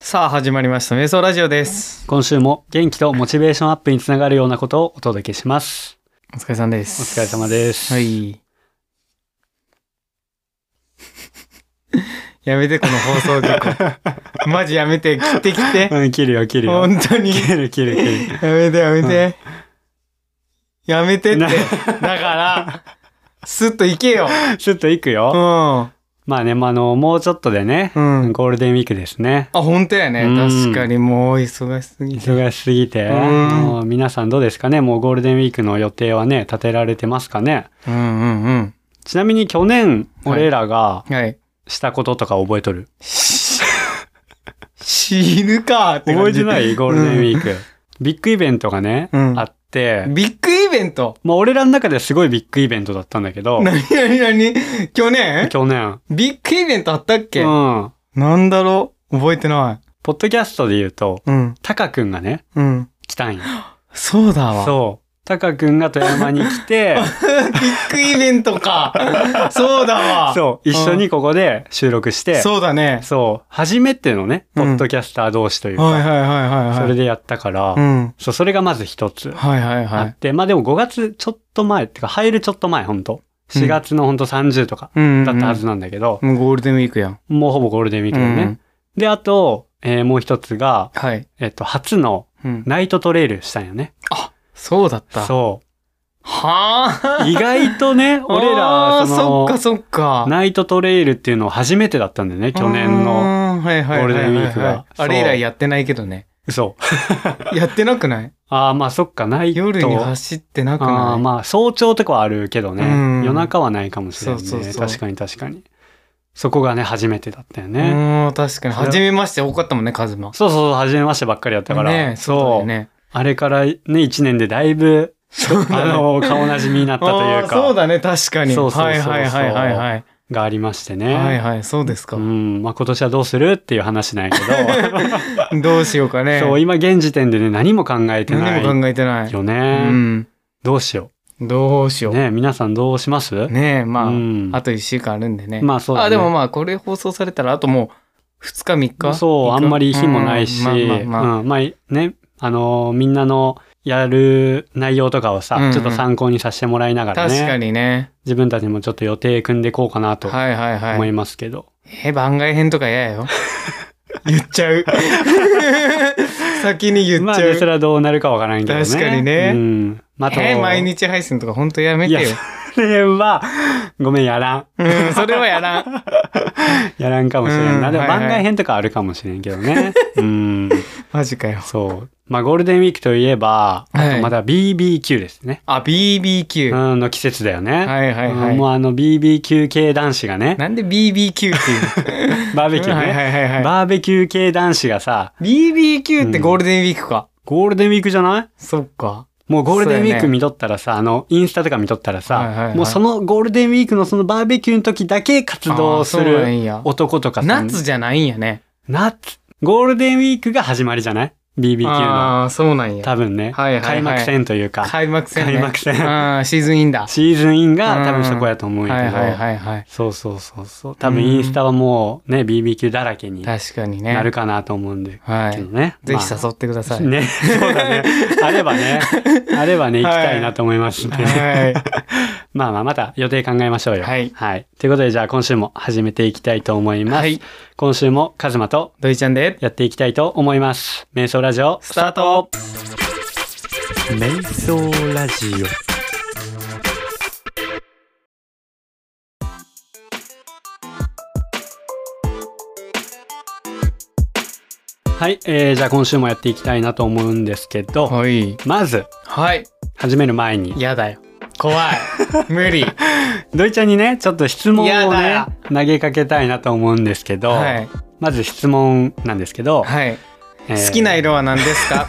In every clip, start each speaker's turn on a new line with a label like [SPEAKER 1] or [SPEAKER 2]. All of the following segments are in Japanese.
[SPEAKER 1] さあ始まりました瞑想ラジオです
[SPEAKER 2] 今週も元気とモチベーションアップにつながるようなことをお届けします。
[SPEAKER 1] お疲れ様で
[SPEAKER 2] お
[SPEAKER 1] す
[SPEAKER 2] 疲れ様です。
[SPEAKER 1] は。い やめてこの放送事 故マジやめて切って切って
[SPEAKER 2] うん、切るよ、切るよ。
[SPEAKER 1] 本当にや
[SPEAKER 2] 切る、切る、切る。
[SPEAKER 1] めてやめて、やめてって
[SPEAKER 2] な
[SPEAKER 1] だからスッと行けよ
[SPEAKER 2] ちょっと行く
[SPEAKER 1] う
[SPEAKER 2] よ。
[SPEAKER 1] んうん
[SPEAKER 2] まあね、まあ、あの、もうちょっとでね、
[SPEAKER 1] あ
[SPEAKER 2] ゴールデンウィークですね。
[SPEAKER 1] 本当やね
[SPEAKER 2] うん
[SPEAKER 1] 確かにもう忙しすぎて
[SPEAKER 2] 忙しすぎて、
[SPEAKER 1] うん
[SPEAKER 2] もう皆さんどうですかねもうゴールデンウィークの予定はね、立てられてますかね
[SPEAKER 1] うんうんうん
[SPEAKER 2] ちなみに去年、
[SPEAKER 1] はい
[SPEAKER 2] 俺らが
[SPEAKER 1] はい
[SPEAKER 2] したこととか覚えとる、
[SPEAKER 1] 死ぬかって
[SPEAKER 2] 覚え
[SPEAKER 1] 感じ
[SPEAKER 2] てないゴールデンウィーク。ビッグイベントがね、
[SPEAKER 1] うん
[SPEAKER 2] あって、
[SPEAKER 1] ビッグイベント
[SPEAKER 2] まあ俺らの中ですごいビッグイベントだったんだけど、
[SPEAKER 1] 何何何去年
[SPEAKER 2] 去年、
[SPEAKER 1] ビッグイベントあったっけ、
[SPEAKER 2] うん。
[SPEAKER 1] なんだろう覚えてな
[SPEAKER 2] ポッドキャストで言うと、
[SPEAKER 1] い。うん。
[SPEAKER 2] タカくんがね、
[SPEAKER 1] うん。
[SPEAKER 2] 来たんよ。
[SPEAKER 1] そうだわ。
[SPEAKER 2] そう。タカくんが富山に来 て、
[SPEAKER 1] ビッグイベント か。そうだわ。
[SPEAKER 2] そう、一緒にここで収録して、
[SPEAKER 1] そうだね。
[SPEAKER 2] そう、初めてのね、
[SPEAKER 1] う
[SPEAKER 2] ポ
[SPEAKER 1] ん
[SPEAKER 2] ッドキャスター同士という
[SPEAKER 1] はい
[SPEAKER 2] か、
[SPEAKER 1] はいはいはいはい。
[SPEAKER 2] それでやったから
[SPEAKER 1] う、ん。
[SPEAKER 2] そう、それがまず一つ
[SPEAKER 1] はいはいは
[SPEAKER 2] あ
[SPEAKER 1] い
[SPEAKER 2] っ。て、まあでも5月ちょっと前、ってか入るちょっと前、ほんと。
[SPEAKER 1] うん
[SPEAKER 2] 4月のほんと30とか
[SPEAKER 1] うんうんうん
[SPEAKER 2] だったはずなんだけど、
[SPEAKER 1] もうゴールデンウィークやん。
[SPEAKER 2] もうほぼゴールデンウィークだよ
[SPEAKER 1] う
[SPEAKER 2] ね
[SPEAKER 1] ん。
[SPEAKER 2] で、あと、えーもう一つが、
[SPEAKER 1] はい。
[SPEAKER 2] えっと、初の
[SPEAKER 1] うん。
[SPEAKER 2] ナイトトレイルしたんよね。
[SPEAKER 1] そうだった。
[SPEAKER 2] そう。
[SPEAKER 1] はあ。
[SPEAKER 2] 意外とね、俺
[SPEAKER 1] あ
[SPEAKER 2] ら、
[SPEAKER 1] ー
[SPEAKER 2] そ
[SPEAKER 1] そ
[SPEAKER 2] の
[SPEAKER 1] っかそっか。
[SPEAKER 2] ナイトトレイルっていうのを初めてだったんだよね、去年の。
[SPEAKER 1] の。はいはいはいはいはい
[SPEAKER 2] ゴールデンウィークが
[SPEAKER 1] あれ以来やってないけどね。
[SPEAKER 2] 嘘。
[SPEAKER 1] やってなくない
[SPEAKER 2] ああ、まあそっか、ナイト。
[SPEAKER 1] 夜に走ってなくない
[SPEAKER 2] ああ、まあ早朝とかはあるけどね
[SPEAKER 1] うん、
[SPEAKER 2] 夜中はないかもしれない
[SPEAKER 1] そうそう
[SPEAKER 2] ね。
[SPEAKER 1] そう
[SPEAKER 2] 確かに確かに。そこがね、初めてだったよ
[SPEAKER 1] う
[SPEAKER 2] ね。
[SPEAKER 1] ん確かに。
[SPEAKER 2] それ
[SPEAKER 1] 初めまして多かったもんね、カズマ。
[SPEAKER 2] そうそう、初めましてばっかりだったから。
[SPEAKER 1] ね
[SPEAKER 2] そ
[SPEAKER 1] だ
[SPEAKER 2] う、
[SPEAKER 1] ね。
[SPEAKER 2] あれからね、1年でだいぶ、
[SPEAKER 1] そう
[SPEAKER 2] あ
[SPEAKER 1] だね。
[SPEAKER 2] の、顔なじみになったとい
[SPEAKER 1] あ
[SPEAKER 2] う
[SPEAKER 1] ーそう
[SPEAKER 2] か、
[SPEAKER 1] だね、確かに。
[SPEAKER 2] そうそうそうそう
[SPEAKER 1] はいはいはいはいはい。
[SPEAKER 2] がありまして
[SPEAKER 1] はい
[SPEAKER 2] ね。
[SPEAKER 1] はい、そうです
[SPEAKER 2] う
[SPEAKER 1] か。
[SPEAKER 2] ん、まあ今年はどうするっていう話なんやけ ど。
[SPEAKER 1] どうしようかね。
[SPEAKER 2] そう、今現時点でね、何も考えてない
[SPEAKER 1] 何も考えてない。
[SPEAKER 2] よ
[SPEAKER 1] う
[SPEAKER 2] ね。
[SPEAKER 1] ん。
[SPEAKER 2] どうしよ
[SPEAKER 1] どうしよ
[SPEAKER 2] う。
[SPEAKER 1] う。
[SPEAKER 2] ね皆さんどうします、
[SPEAKER 1] ねえ、
[SPEAKER 2] う
[SPEAKER 1] ま
[SPEAKER 2] ん
[SPEAKER 1] あ、あと1週間あるんでね。
[SPEAKER 2] まあそうだね。
[SPEAKER 1] あ、でもまあ、これ放送されたら、あともう、2日3日
[SPEAKER 2] そう、あんまり日もないし、
[SPEAKER 1] う
[SPEAKER 2] うんん
[SPEAKER 1] ま
[SPEAKER 2] ま
[SPEAKER 1] あ
[SPEAKER 2] あ
[SPEAKER 1] まあまあ。
[SPEAKER 2] ね、あのーみんなのやる内容とかをさ、
[SPEAKER 1] うんうん
[SPEAKER 2] ちょっと参考にさせてもらいながら
[SPEAKER 1] 確か
[SPEAKER 2] ね、
[SPEAKER 1] にね。
[SPEAKER 2] 自分たちもちょっと予定組んでいこうかなと
[SPEAKER 1] はいはいはい
[SPEAKER 2] 思。いますけど。
[SPEAKER 1] え、番外編とか嫌や よ。言っちゃう。 先に言っちゃう。
[SPEAKER 2] まあ、ね、それはどうなるかわからんけどね。
[SPEAKER 1] 確かにね
[SPEAKER 2] うん。まあ、あと
[SPEAKER 1] え、毎 日配信とかほんとやめてよ
[SPEAKER 2] い。やそれは、ごめん、やらん。
[SPEAKER 1] うん、それはやらん。
[SPEAKER 2] やらんかもしれんな。
[SPEAKER 1] うん
[SPEAKER 2] でも
[SPEAKER 1] はいはい
[SPEAKER 2] 番外編とかあるかもしれんけどね。 うん。
[SPEAKER 1] マジかよ。
[SPEAKER 2] そう。まあ、ゴールデンウィークといえば、
[SPEAKER 1] はい
[SPEAKER 2] あとまだ BBQ ですね。
[SPEAKER 1] あ、BBQ。は
[SPEAKER 2] うん、の季節だよね。
[SPEAKER 1] いはいはい。
[SPEAKER 2] うんもうあの BBQ 系男子がね、
[SPEAKER 1] なんで BBQ っていう
[SPEAKER 2] バーベ
[SPEAKER 1] の
[SPEAKER 2] キュー
[SPEAKER 1] は
[SPEAKER 2] ね、
[SPEAKER 1] いはいはいはい。
[SPEAKER 2] バーベキュー系男子がさ、
[SPEAKER 1] BBQ ってゴールデンウィークか。
[SPEAKER 2] ゴールデンウィークじゃない
[SPEAKER 1] そっか。
[SPEAKER 2] もうゴールデンウィー
[SPEAKER 1] そうやね
[SPEAKER 2] ク見とったらさ、あの、インスタとか見とったらさ、
[SPEAKER 1] はいはいはい
[SPEAKER 2] もうそのゴールデンウィークのそのバーベキューの時だけ活動す
[SPEAKER 1] あーそうなん
[SPEAKER 2] る
[SPEAKER 1] や。
[SPEAKER 2] 男とかさ、
[SPEAKER 1] 夏じゃないんやね。
[SPEAKER 2] 夏ゴールデンウィークが始まりじゃない ?BBQ の。
[SPEAKER 1] ああ、そうなんや。
[SPEAKER 2] 多分ね、
[SPEAKER 1] はいはいはい
[SPEAKER 2] 開幕戦というか、
[SPEAKER 1] 開幕戦ね。
[SPEAKER 2] 開幕戦
[SPEAKER 1] ああ、シーズンインだ。
[SPEAKER 2] シーズンインが多分そこやと思うんや
[SPEAKER 1] は
[SPEAKER 2] け
[SPEAKER 1] い
[SPEAKER 2] ど、
[SPEAKER 1] はいはいはい。
[SPEAKER 2] そうそうそうそう。多分インスタはもうね、BBQ だらけにな
[SPEAKER 1] 確かにね。
[SPEAKER 2] るかなと思うんで。
[SPEAKER 1] は
[SPEAKER 2] けど
[SPEAKER 1] い。
[SPEAKER 2] ね。
[SPEAKER 1] ぜひ
[SPEAKER 2] まあ
[SPEAKER 1] 誘ってください。
[SPEAKER 2] ね、そう だね。あればね、あればね、行きたいなと思いますんでね。
[SPEAKER 1] はい。
[SPEAKER 2] まあまあ、また予定考えましょうよ。
[SPEAKER 1] はい
[SPEAKER 2] ということで、じゃあ今週も始めていきたいと思います。
[SPEAKER 1] はい
[SPEAKER 2] 今週もカズマと
[SPEAKER 1] ドイちゃんで、
[SPEAKER 2] やっていきたいと思います。瞑想ラジオ、
[SPEAKER 1] スタート
[SPEAKER 2] 瞑想ラジオ。はい、えー、じゃあ今週もやっていきたいなと思うんですけど、
[SPEAKER 1] はい。
[SPEAKER 2] まず
[SPEAKER 1] はい。
[SPEAKER 2] 始める前に
[SPEAKER 1] やだよ。怖 い。無理。
[SPEAKER 2] 土井ちゃんにねちょっと質問
[SPEAKER 1] や
[SPEAKER 2] を
[SPEAKER 1] だ
[SPEAKER 2] ね
[SPEAKER 1] や
[SPEAKER 2] 投げかけたいなと思うんですけど、
[SPEAKER 1] はい。
[SPEAKER 2] まず質問なんですけど、
[SPEAKER 1] はい。
[SPEAKER 2] えー
[SPEAKER 1] 好きな色は何ですか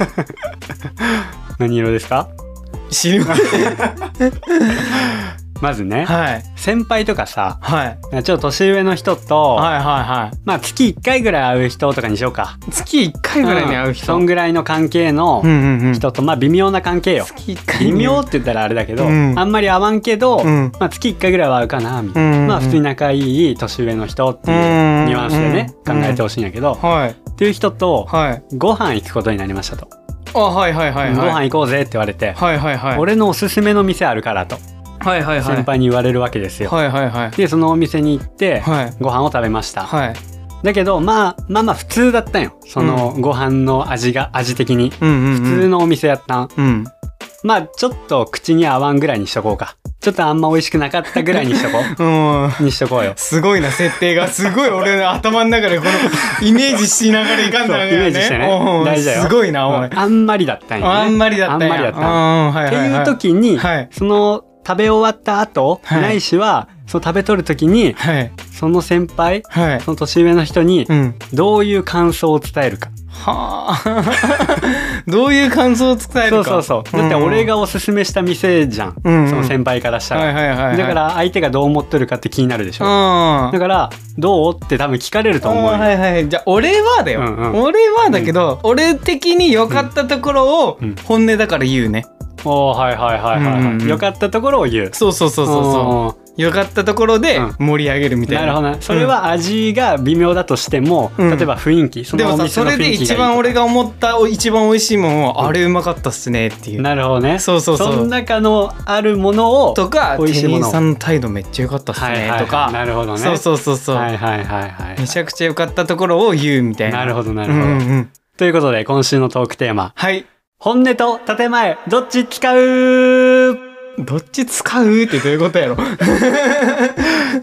[SPEAKER 2] 何色ですか
[SPEAKER 1] 知りません。
[SPEAKER 2] まずね、
[SPEAKER 1] はい。
[SPEAKER 2] 先輩とかさ
[SPEAKER 1] はい。
[SPEAKER 2] ちょっと年上の人と、
[SPEAKER 1] はいはいは
[SPEAKER 2] まあ月1回ぐらい会う人とかにしようか
[SPEAKER 1] い。月1回ぐらいに会う人。
[SPEAKER 2] んそんぐらいの関係の
[SPEAKER 1] うんうんうん。
[SPEAKER 2] 人と、まあ微妙な関係よ
[SPEAKER 1] 月1回
[SPEAKER 2] 微妙って言ったらあれだけど、
[SPEAKER 1] うん
[SPEAKER 2] あんまり会わんけど、
[SPEAKER 1] うん
[SPEAKER 2] まあ月1回ぐらいは会うかなみたいな、
[SPEAKER 1] うんうんうん
[SPEAKER 2] まあ普通に仲いい年上の人っていうニュアンスでね、
[SPEAKER 1] うん
[SPEAKER 2] 考えてほしいんやけど、
[SPEAKER 1] はい。
[SPEAKER 2] っていう人と
[SPEAKER 1] はい。
[SPEAKER 2] ご飯行くことになりましたと、
[SPEAKER 1] あ、はいはいはいはい。
[SPEAKER 2] ご飯行こうぜって言われて、
[SPEAKER 1] はいはいはい。
[SPEAKER 2] 俺のおすすめの店あるからと
[SPEAKER 1] はいはいはい。
[SPEAKER 2] 先輩に言われるわけですよ、
[SPEAKER 1] はいはいはい。
[SPEAKER 2] でそのお店に行って、
[SPEAKER 1] はい。
[SPEAKER 2] ご飯を食べました、
[SPEAKER 1] はい。
[SPEAKER 2] だけどまあまあまあ普通だったんよそのご飯の味が味的に
[SPEAKER 1] うんうん、うん。
[SPEAKER 2] 普通のお店やったん
[SPEAKER 1] うん。
[SPEAKER 2] まあちょっと口に合わんぐらいにしとこうかちょっとあんま美味しくなかったぐらいにしとこ
[SPEAKER 1] うん。
[SPEAKER 2] うにしとこうよ
[SPEAKER 1] すごいな、設定が。すごい俺の頭の中でこのイメージしながらいかんだら
[SPEAKER 2] そうイメージしてね
[SPEAKER 1] うん
[SPEAKER 2] 大事だよ
[SPEAKER 1] すごいな、おい。
[SPEAKER 2] あんまりだったんよ、ね、
[SPEAKER 1] あんまりだったんや。
[SPEAKER 2] あんまりだったん
[SPEAKER 1] うんうんはい
[SPEAKER 2] っ
[SPEAKER 1] はい
[SPEAKER 2] て
[SPEAKER 1] はいい。
[SPEAKER 2] う時に、
[SPEAKER 1] はい。
[SPEAKER 2] その食べ終わった後、
[SPEAKER 1] はい
[SPEAKER 2] ないしはその食べとる時に
[SPEAKER 1] はい。
[SPEAKER 2] その先輩
[SPEAKER 1] はい。
[SPEAKER 2] その年上の人に
[SPEAKER 1] うん。
[SPEAKER 2] どういう感想を伝えるか
[SPEAKER 1] はあ。 どういう感想を伝えるか。
[SPEAKER 2] そうそうそうだって俺がおすすめした店じゃん、
[SPEAKER 1] うんうん
[SPEAKER 2] その先輩からしたら、
[SPEAKER 1] はいはいはいはい。
[SPEAKER 2] だから相手がどう思ってるかって気になるでし
[SPEAKER 1] う
[SPEAKER 2] ょ、
[SPEAKER 1] ん。
[SPEAKER 2] だから「どう?」って多分聞かれると思うよ、
[SPEAKER 1] あーはいはいはいじゃあ俺はだよ、
[SPEAKER 2] うんうん
[SPEAKER 1] 俺はだけど、俺的に良かったところを
[SPEAKER 2] うん
[SPEAKER 1] 本音だから言うね、
[SPEAKER 2] おーはいはいはいはい、
[SPEAKER 1] うん
[SPEAKER 2] は
[SPEAKER 1] うんうん
[SPEAKER 2] いよかったところを言う
[SPEAKER 1] そうそうそうそうそう
[SPEAKER 2] おー
[SPEAKER 1] 良かったところで
[SPEAKER 2] うん
[SPEAKER 1] 盛り上げるみたい
[SPEAKER 2] な
[SPEAKER 1] な、
[SPEAKER 2] るほどなそれは味が微妙だとしても、
[SPEAKER 1] うん
[SPEAKER 2] 例えば雰囲気そ
[SPEAKER 1] でも
[SPEAKER 2] のお
[SPEAKER 1] さ
[SPEAKER 2] 店
[SPEAKER 1] そ
[SPEAKER 2] の
[SPEAKER 1] れ
[SPEAKER 2] 雰
[SPEAKER 1] で
[SPEAKER 2] 囲気がいいとか
[SPEAKER 1] 一番俺が思ったお一番美味しいもんは、
[SPEAKER 2] うん
[SPEAKER 1] あれうまかったっすねっていう
[SPEAKER 2] なるほどね
[SPEAKER 1] そうそうそう
[SPEAKER 2] の中のあるものを
[SPEAKER 1] とか
[SPEAKER 2] 美味しい
[SPEAKER 1] 店
[SPEAKER 2] もの
[SPEAKER 1] 員さんの態度めっちゃ良かったっす
[SPEAKER 2] はいはい
[SPEAKER 1] ね
[SPEAKER 2] はい
[SPEAKER 1] とか、
[SPEAKER 2] なるほどね
[SPEAKER 1] そうそうそうそう、
[SPEAKER 2] はいはいはいはい
[SPEAKER 1] めちゃくちゃ良かったところを言うみたいな
[SPEAKER 2] なるほどな
[SPEAKER 1] ど
[SPEAKER 2] るほど、
[SPEAKER 1] うんうんうん、
[SPEAKER 2] ということで今週のトークテーマ
[SPEAKER 1] はい
[SPEAKER 2] 「本音と建前どっち使う?
[SPEAKER 1] どっち使うってどういうことやろ」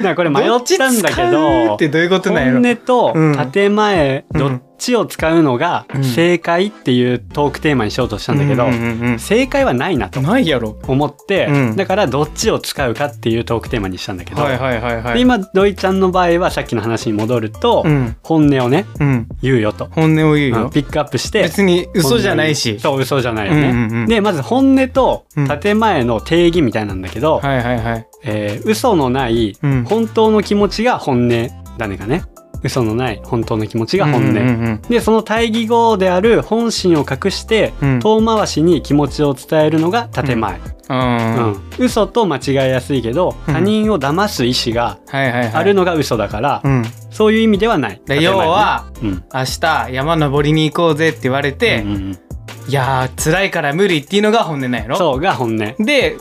[SPEAKER 2] なこれ迷ったん
[SPEAKER 1] ど
[SPEAKER 2] だけ
[SPEAKER 1] っち使う
[SPEAKER 2] ど
[SPEAKER 1] ってどういうことなんやろ
[SPEAKER 2] 本音と建前
[SPEAKER 1] うん
[SPEAKER 2] どっちを使うのが
[SPEAKER 1] うん
[SPEAKER 2] 正解っていうトークテーマにしようとしたんだけど、
[SPEAKER 1] うんうんうん
[SPEAKER 2] 正解はないなと
[SPEAKER 1] うんないやろ
[SPEAKER 2] 思って、
[SPEAKER 1] うん
[SPEAKER 2] だからどっちを使うかっていうトークテーマにしたんだけど、
[SPEAKER 1] はいはいはいは
[SPEAKER 2] で
[SPEAKER 1] い
[SPEAKER 2] 今土井ちゃんの場合はさっきの話に戻ると、
[SPEAKER 1] うん
[SPEAKER 2] 本音をね
[SPEAKER 1] うん
[SPEAKER 2] 言うよと、
[SPEAKER 1] 本音を言う
[SPEAKER 2] うん
[SPEAKER 1] よ
[SPEAKER 2] ピックアップして
[SPEAKER 1] 別に嘘じゃないし
[SPEAKER 2] そう嘘じゃないよね、
[SPEAKER 1] うんうんうん
[SPEAKER 2] でまず本音と
[SPEAKER 1] うん
[SPEAKER 2] 建前の定義みたいなんだけど、
[SPEAKER 1] はいはいはい
[SPEAKER 2] えー嘘のない
[SPEAKER 1] うん
[SPEAKER 2] 本当の気持ちが本音だねがね嘘のない本当の気持ちが本音、
[SPEAKER 1] うんうん
[SPEAKER 2] でその対義語である本心を隠して
[SPEAKER 1] うん
[SPEAKER 2] 遠回しに気持ちを伝えるのが建前、
[SPEAKER 1] う
[SPEAKER 2] うんん
[SPEAKER 1] うん
[SPEAKER 2] 嘘と間違えやすいけど
[SPEAKER 1] うん
[SPEAKER 2] 他人を騙す意思が
[SPEAKER 1] はいはいはい
[SPEAKER 2] あるのが嘘だから、
[SPEAKER 1] うん
[SPEAKER 2] そういう意味ではない
[SPEAKER 1] で
[SPEAKER 2] 建前ね
[SPEAKER 1] 要は
[SPEAKER 2] うん
[SPEAKER 1] 明日山登りに行こうぜって言われて
[SPEAKER 2] うんうんうん
[SPEAKER 1] いやー辛いから無理っていうのが本音なんやろ
[SPEAKER 2] そうが本音、
[SPEAKER 1] で